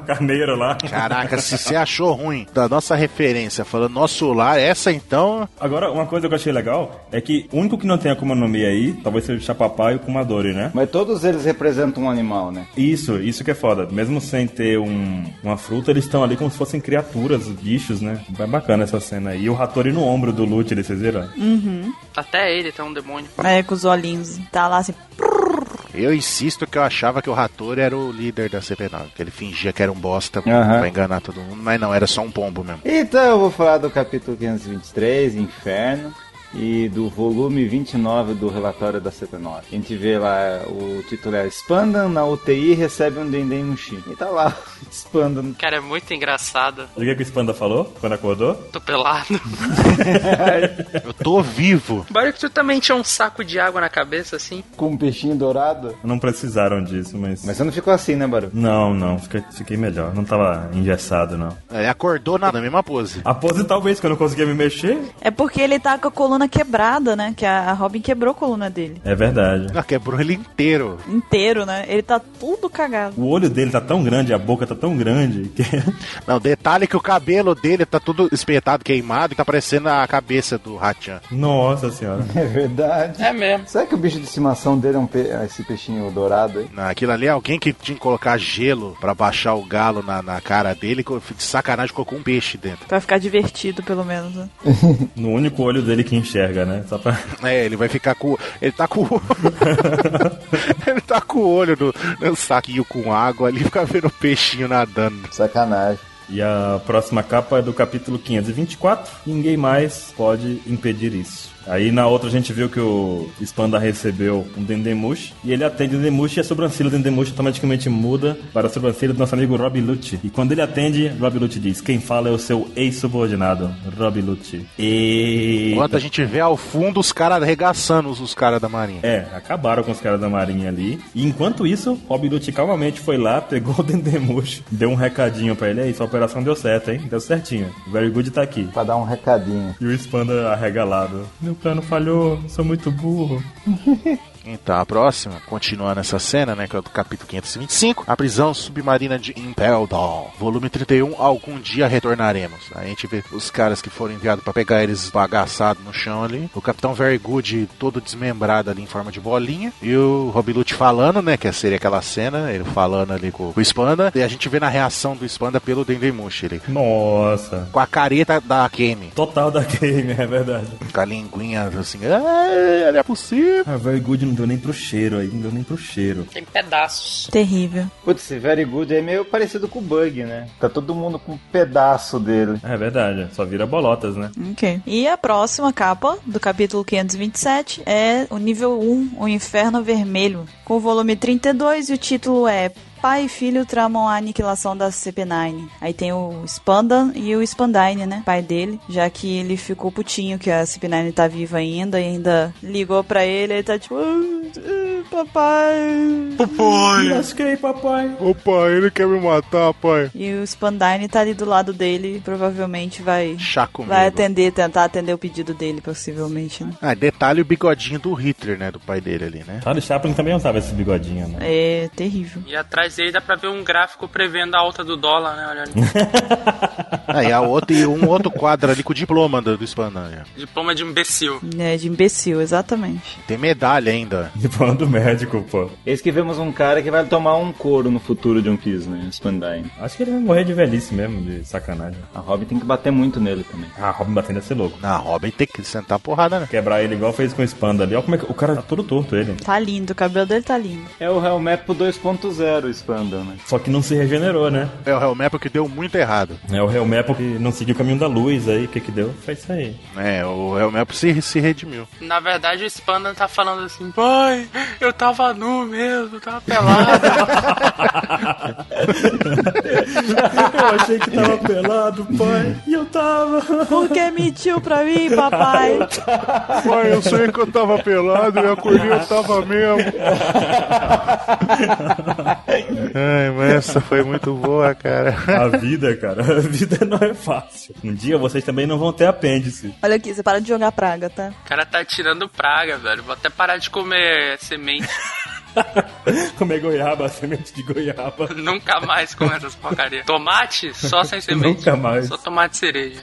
[SPEAKER 1] Carneiro lá.
[SPEAKER 2] Caraca, se você achou ruim da nossa referência falando nosso lar, essa então.
[SPEAKER 1] Agora, uma coisa que eu achei legal é que o único que não tem a Akuma no Mi aí, talvez seja o Chapapá e o Kumadori, né?
[SPEAKER 5] Mas todos eles representam um animal, né?
[SPEAKER 1] Isso, isso que é foda. Mesmo sem ter um, uma fruta, eles estão ali como se fossem criaturas, bichos, né? É bacana essa cena aí. E o Hattori no ombro do Lute, ele, vocês viram?
[SPEAKER 3] Até ele tá um demônio.
[SPEAKER 4] É, com os olhinhos. Tá lá assim.
[SPEAKER 2] Eu insisto que eu achava que o Rator era o líder da CP9, que ele fingia que era um bosta
[SPEAKER 5] Aham.
[SPEAKER 2] pra enganar todo mundo, mas não, era só um pombo mesmo.
[SPEAKER 5] Então eu vou falar do capítulo 523, Inferno, e do volume 29 do relatório da CP9. A gente vê lá, o título é Spandan na UTI recebe um Dendem Mushi. E tá lá, Spandan.
[SPEAKER 3] Cara, é muito engraçado.
[SPEAKER 1] O que, que o Spanda falou quando acordou?
[SPEAKER 3] Tô pelado.
[SPEAKER 2] Eu tô vivo.
[SPEAKER 3] Bora que tu também tinha um saco de água na cabeça, assim.
[SPEAKER 5] com um peixinho dourado.
[SPEAKER 1] Não precisaram disso, mas.
[SPEAKER 5] Mas você não ficou assim, né, Baru?
[SPEAKER 1] Não, não, fiquei, fiquei melhor. Não tava engessado, não.
[SPEAKER 2] Ele acordou na, na mesma pose.
[SPEAKER 1] A pose talvez, que eu não conseguia me mexer.
[SPEAKER 4] É porque ele tá com a coluna quebrada, né? Que a a Robin quebrou a coluna dele.
[SPEAKER 1] É verdade.
[SPEAKER 2] Não, quebrou ele inteiro.
[SPEAKER 4] Inteiro, né? Ele tá tudo cagado.
[SPEAKER 1] O olho dele tá tão grande, a boca tá tão grande que.
[SPEAKER 2] Não, detalhe que o cabelo dele tá tudo espetado, queimado, e tá parecendo a cabeça do Hachan.
[SPEAKER 1] Nossa senhora.
[SPEAKER 5] É verdade.
[SPEAKER 3] É mesmo.
[SPEAKER 5] Será que o bicho de estimação dele é um pe- esse peixinho dourado aí?
[SPEAKER 2] Não, Aquilo ali é alguém que tinha que colocar gelo pra baixar o galo na, na cara dele, que eu fico de sacanagem colocou um peixe dentro.
[SPEAKER 4] Pra ficar divertido, pelo menos. né?
[SPEAKER 1] No único olho dele que enxerga, né? Só pra.
[SPEAKER 2] É, ele vai ficar com. Ele tá com. o- ele tá com o olho no, no saquinho com água ali, fica vendo o peixinho nadando.
[SPEAKER 5] Sacanagem.
[SPEAKER 1] E a próxima capa é do capítulo 524. Ninguém mais pode impedir isso. Aí na outra a gente viu que o Spanda recebeu um Dendemushi e ele atende o Dendemushi e a sobrancelha do Dendemushi automaticamente muda para a sobrancelha do nosso amigo Rob Lute. E quando ele atende, Rob Lute diz: Quem fala é o seu ex-subordinado, Rob Lute. E.
[SPEAKER 2] Enquanto a gente vê ao fundo os caras arregaçando os, os caras da marinha.
[SPEAKER 1] É, acabaram com os caras da marinha ali. E enquanto isso, Rob Lute calmamente foi lá, pegou o Dendemushi, deu um recadinho pra ele. É isso, a operação deu certo, hein? Deu certinho. O Very Good tá aqui.
[SPEAKER 5] Pra dar um recadinho.
[SPEAKER 1] E o Spanda arregalado. Meu plano falhou, sou muito burro.
[SPEAKER 2] Então, a próxima, continuando essa cena, né, que é do capítulo 525, a prisão submarina de Impel Down. Volume 31, algum dia retornaremos. Aí A gente vê os caras que foram enviados pra pegar eles bagaçados no chão ali, o Capitão Very Good todo desmembrado ali em forma de bolinha, e o Rob Lute falando, né, que seria aquela cena, ele falando ali com o Spanda, e a gente vê na reação do Spanda pelo Dendemushi, ele
[SPEAKER 1] Nossa.
[SPEAKER 2] com a careta da Kemi,
[SPEAKER 1] Total da game, é verdade.
[SPEAKER 2] com a linguinha assim, ah, não é possível.
[SPEAKER 1] A Very Good não deu nem pro cheiro aí, não deu nem pro cheiro.
[SPEAKER 3] Tem pedaços.
[SPEAKER 4] Terrível.
[SPEAKER 5] Putz, esse Very Good é meio parecido com o Bug, né? Tá todo mundo com um pedaço dele.
[SPEAKER 1] É verdade, só vira bolotas, né?
[SPEAKER 4] Ok. E a próxima capa do capítulo 527 é o nível 1, o Inferno Vermelho, com o volume 32 e o título é Pai e Filho tramam a aniquilação da CP9. Aí tem o Spandan e o Spandine, né? Pai dele, já que ele ficou putinho que a CP9 tá viva ainda e ainda ligou pra ele, ele tá tipo, "Ah, ah, papai.
[SPEAKER 1] Me lasquei, papai.
[SPEAKER 2] Opa, ele quer me matar, pai.
[SPEAKER 4] E o Spandine tá ali do lado dele, e provavelmente vai
[SPEAKER 2] Chá comigo.
[SPEAKER 4] vai atender, tentar atender o pedido dele possivelmente, né?
[SPEAKER 2] Ah, detalhe o bigodinho do Hitler, né? Do pai dele ali, né?
[SPEAKER 1] Charlie Chaplin também usava esse bigodinho, né?
[SPEAKER 4] É terrível.
[SPEAKER 3] E atrás dele dá pra ver um gráfico prevendo a alta do dólar, né? Olha ali.
[SPEAKER 2] Ah, e, a outra, e um outro quadro ali com o diploma do, né? do Spandania.
[SPEAKER 3] Diploma de imbecil.
[SPEAKER 4] É, de imbecil, exatamente.
[SPEAKER 2] Tem medalha ainda.
[SPEAKER 1] Falando do Tipo, médico, pô.
[SPEAKER 5] Eis que vemos um cara que vai tomar um couro no futuro de um Piece, né? Spandine.
[SPEAKER 1] Acho que ele vai morrer de velhice mesmo, de sacanagem.
[SPEAKER 5] A Robin tem que bater muito nele também.
[SPEAKER 1] Ah, Robin batendo deve ser louco.
[SPEAKER 2] Na Robin tem que sentar a porrada, né?
[SPEAKER 1] Quebrar ele igual fez com o Spanda ali. Olha como é que o cara tá todo torto, ele.
[SPEAKER 4] Tá lindo, o cabelo dele tá lindo.
[SPEAKER 5] É o Hellmap 2.0, Spandan, né?
[SPEAKER 1] Só que não se regenerou, né?
[SPEAKER 2] É o Hellmap que deu muito errado.
[SPEAKER 1] É o Real Maple que não seguiu o caminho da luz aí. O que que deu? Foi isso aí.
[SPEAKER 2] É, o Hellmap se, se redimiu.
[SPEAKER 3] Na verdade, o Spanda tá falando assim: Pai, eu tava nu mesmo, tava pelado.
[SPEAKER 1] Eu achei que tava pelado, pai. E eu tava.
[SPEAKER 4] Por que mentiu pra mim, papai?
[SPEAKER 2] Pai, eu sonhei que eu tava pelado e acordei, eu tava mesmo. Ai, mas essa foi muito boa, cara.
[SPEAKER 1] A vida, cara. A vida não é fácil. Um dia vocês também não vão ter apêndice.
[SPEAKER 4] Olha aqui, você para de jogar praga, tá?
[SPEAKER 3] O cara tá tirando praga, velho. Vou até parar de comer semente.
[SPEAKER 1] Comer é goiaba, semente de goiaba.
[SPEAKER 3] Nunca mais com essas porcaria. Tomate? Só sem semente.
[SPEAKER 1] Nunca mais.
[SPEAKER 3] Só tomate cereja.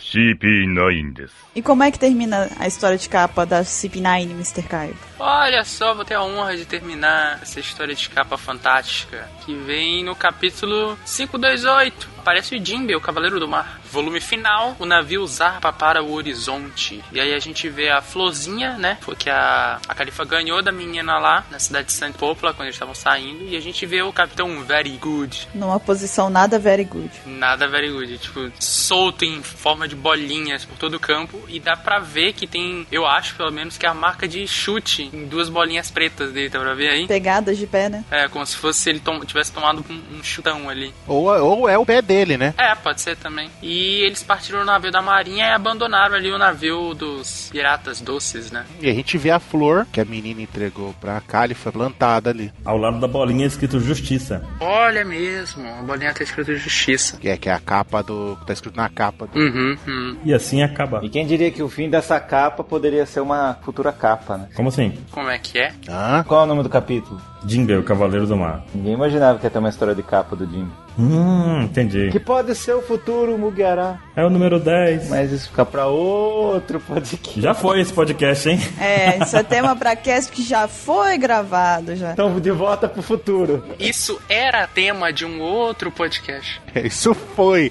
[SPEAKER 4] E como é que termina a história de capa da CP9, Mr. Caio?
[SPEAKER 3] Olha só, vou ter a honra de terminar essa história de capa fantástica que vem no capítulo 528. Aparece o Jimbe, o Cavaleiro do Mar. Volume final, o navio zarpa para o horizonte. E aí a gente vê a florzinha, né? Foi que a, a califa ganhou da menina lá, na cidade de Saint Popla, quando eles estavam saindo. E a gente vê o Capitão Very Good.
[SPEAKER 4] Numa posição nada very good.
[SPEAKER 3] Nada very good, tipo, solto em forma de bolinhas por todo o campo. E dá pra ver que tem, eu acho pelo menos, que é a marca de chute em duas bolinhas pretas dele, tá pra ver aí?
[SPEAKER 4] Pegadas de pé, né?
[SPEAKER 3] É, como se fosse ele tom- tivesse tomado um, um chutão ali.
[SPEAKER 2] Ou, ou é o pé dele, né?
[SPEAKER 3] É, pode ser também. E eles partiram o navio da marinha e abandonaram ali o navio dos piratas doces, né?
[SPEAKER 2] E a gente vê a flor que a menina entregou pra Califa plantada ali.
[SPEAKER 1] Ao lado da bolinha é escrito justiça.
[SPEAKER 3] Olha mesmo, a bolinha tá escrito justiça.
[SPEAKER 2] Que é, que é a capa do. Tá escrito na capa do.
[SPEAKER 3] Uhum, uhum.
[SPEAKER 1] E assim acaba.
[SPEAKER 5] E quem diria que o fim dessa capa poderia ser uma futura capa, né?
[SPEAKER 1] Como assim?
[SPEAKER 3] Como é que é?
[SPEAKER 2] Hã?
[SPEAKER 5] Qual é o nome do capítulo?
[SPEAKER 1] Jingle, o Cavaleiro do Mar.
[SPEAKER 5] Ninguém imaginava que ia ter uma história de capa do Jim.
[SPEAKER 1] Hum, entendi.
[SPEAKER 5] Que pode ser o futuro Mugiará,
[SPEAKER 1] É o número 10.
[SPEAKER 5] mas isso fica pra outro podcast.
[SPEAKER 1] Já foi esse podcast, hein?
[SPEAKER 4] É, isso é tema pra cast que já foi gravado já.
[SPEAKER 5] Então, de volta pro futuro.
[SPEAKER 3] Isso era tema de um outro podcast.
[SPEAKER 2] Isso foi!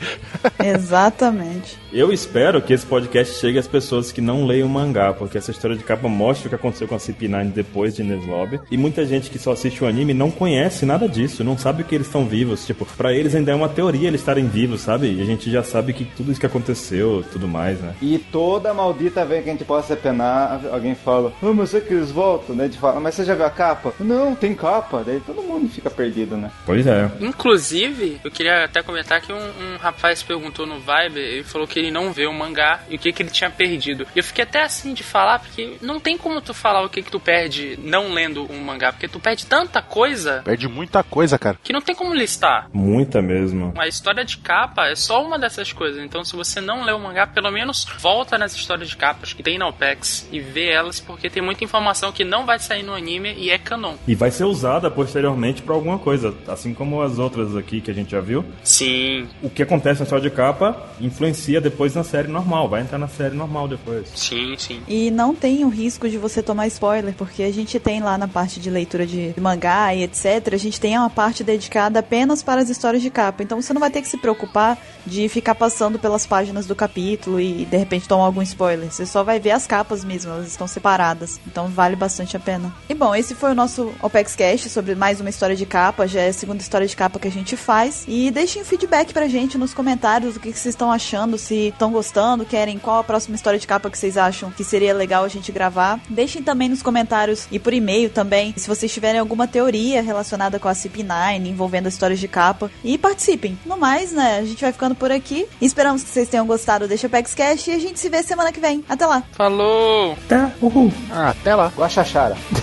[SPEAKER 4] Exatamente.
[SPEAKER 1] Eu espero que esse podcast chegue às pessoas que não leem o mangá, porque essa história de capa mostra o que aconteceu com a CP9 depois de Ines Lobby. E muita gente que só assiste o anime não conhece nada disso, não sabe que eles estão vivos. Tipo, pra eles ainda é uma teoria eles estarem vivos, sabe? E a gente já sabe que tudo isso que aconteceu, tudo mais, né?
[SPEAKER 5] E toda maldita vez que a gente possa penar, alguém fala, ah, mas é que eles voltam? Daí a gente fala, "Ah, mas você já viu a capa? Não, tem capa. Daí todo mundo fica perdido, né?
[SPEAKER 1] Pois é.
[SPEAKER 3] Inclusive, eu queria até comentar que um, um rapaz perguntou no Viber, ele falou que ele não vê o mangá e o que, que ele tinha perdido. E eu fiquei até assim de falar, porque não tem como tu falar o que, que tu perde não lendo um mangá, porque tu perde tanta coisa
[SPEAKER 2] Perde muita coisa, cara.
[SPEAKER 3] que não tem como listar.
[SPEAKER 1] Muita mesmo.
[SPEAKER 3] A história de capa é só uma dessas coisas, então se você não lê o mangá, pelo menos volta nas histórias de capas que tem na OPEX e vê elas, porque tem muita informação que não vai sair no anime e é canon.
[SPEAKER 1] E vai ser usada posteriormente pra alguma coisa, assim como as outras aqui que a gente já viu.
[SPEAKER 3] Sim,
[SPEAKER 1] O que acontece na história de capa influencia depois na série normal, vai entrar na série normal depois.
[SPEAKER 3] sim, sim.
[SPEAKER 4] E não tem o risco de você tomar spoiler, porque a gente tem lá na parte de leitura de mangá e etc, a gente tem uma parte dedicada apenas para as histórias de capa. Então você não vai ter que se preocupar de ficar passando pelas páginas do capítulo e de repente tomar algum spoiler. Você só vai ver as capas mesmo, elas estão separadas. Então vale bastante a pena. E bom, esse foi o nosso OPEX Cast sobre mais uma história de capa, já é a segunda história de capa que a gente faz. E deixem um feedback pra gente nos comentários, o que que vocês estão achando, se estão gostando, querem qual a próxima história de capa que vocês acham que seria legal a gente gravar. Deixem também nos comentários e por e-mail também, se vocês tiverem alguma teoria relacionada com a CP9, envolvendo as histórias de capa. E participem. No mais, né, a gente vai ficando por aqui. Esperamos que vocês tenham gostado deste Apex Cast e a gente se vê semana que vem. Até lá!
[SPEAKER 3] Falou!
[SPEAKER 2] Ah, até lá.
[SPEAKER 5] Guaxaxara.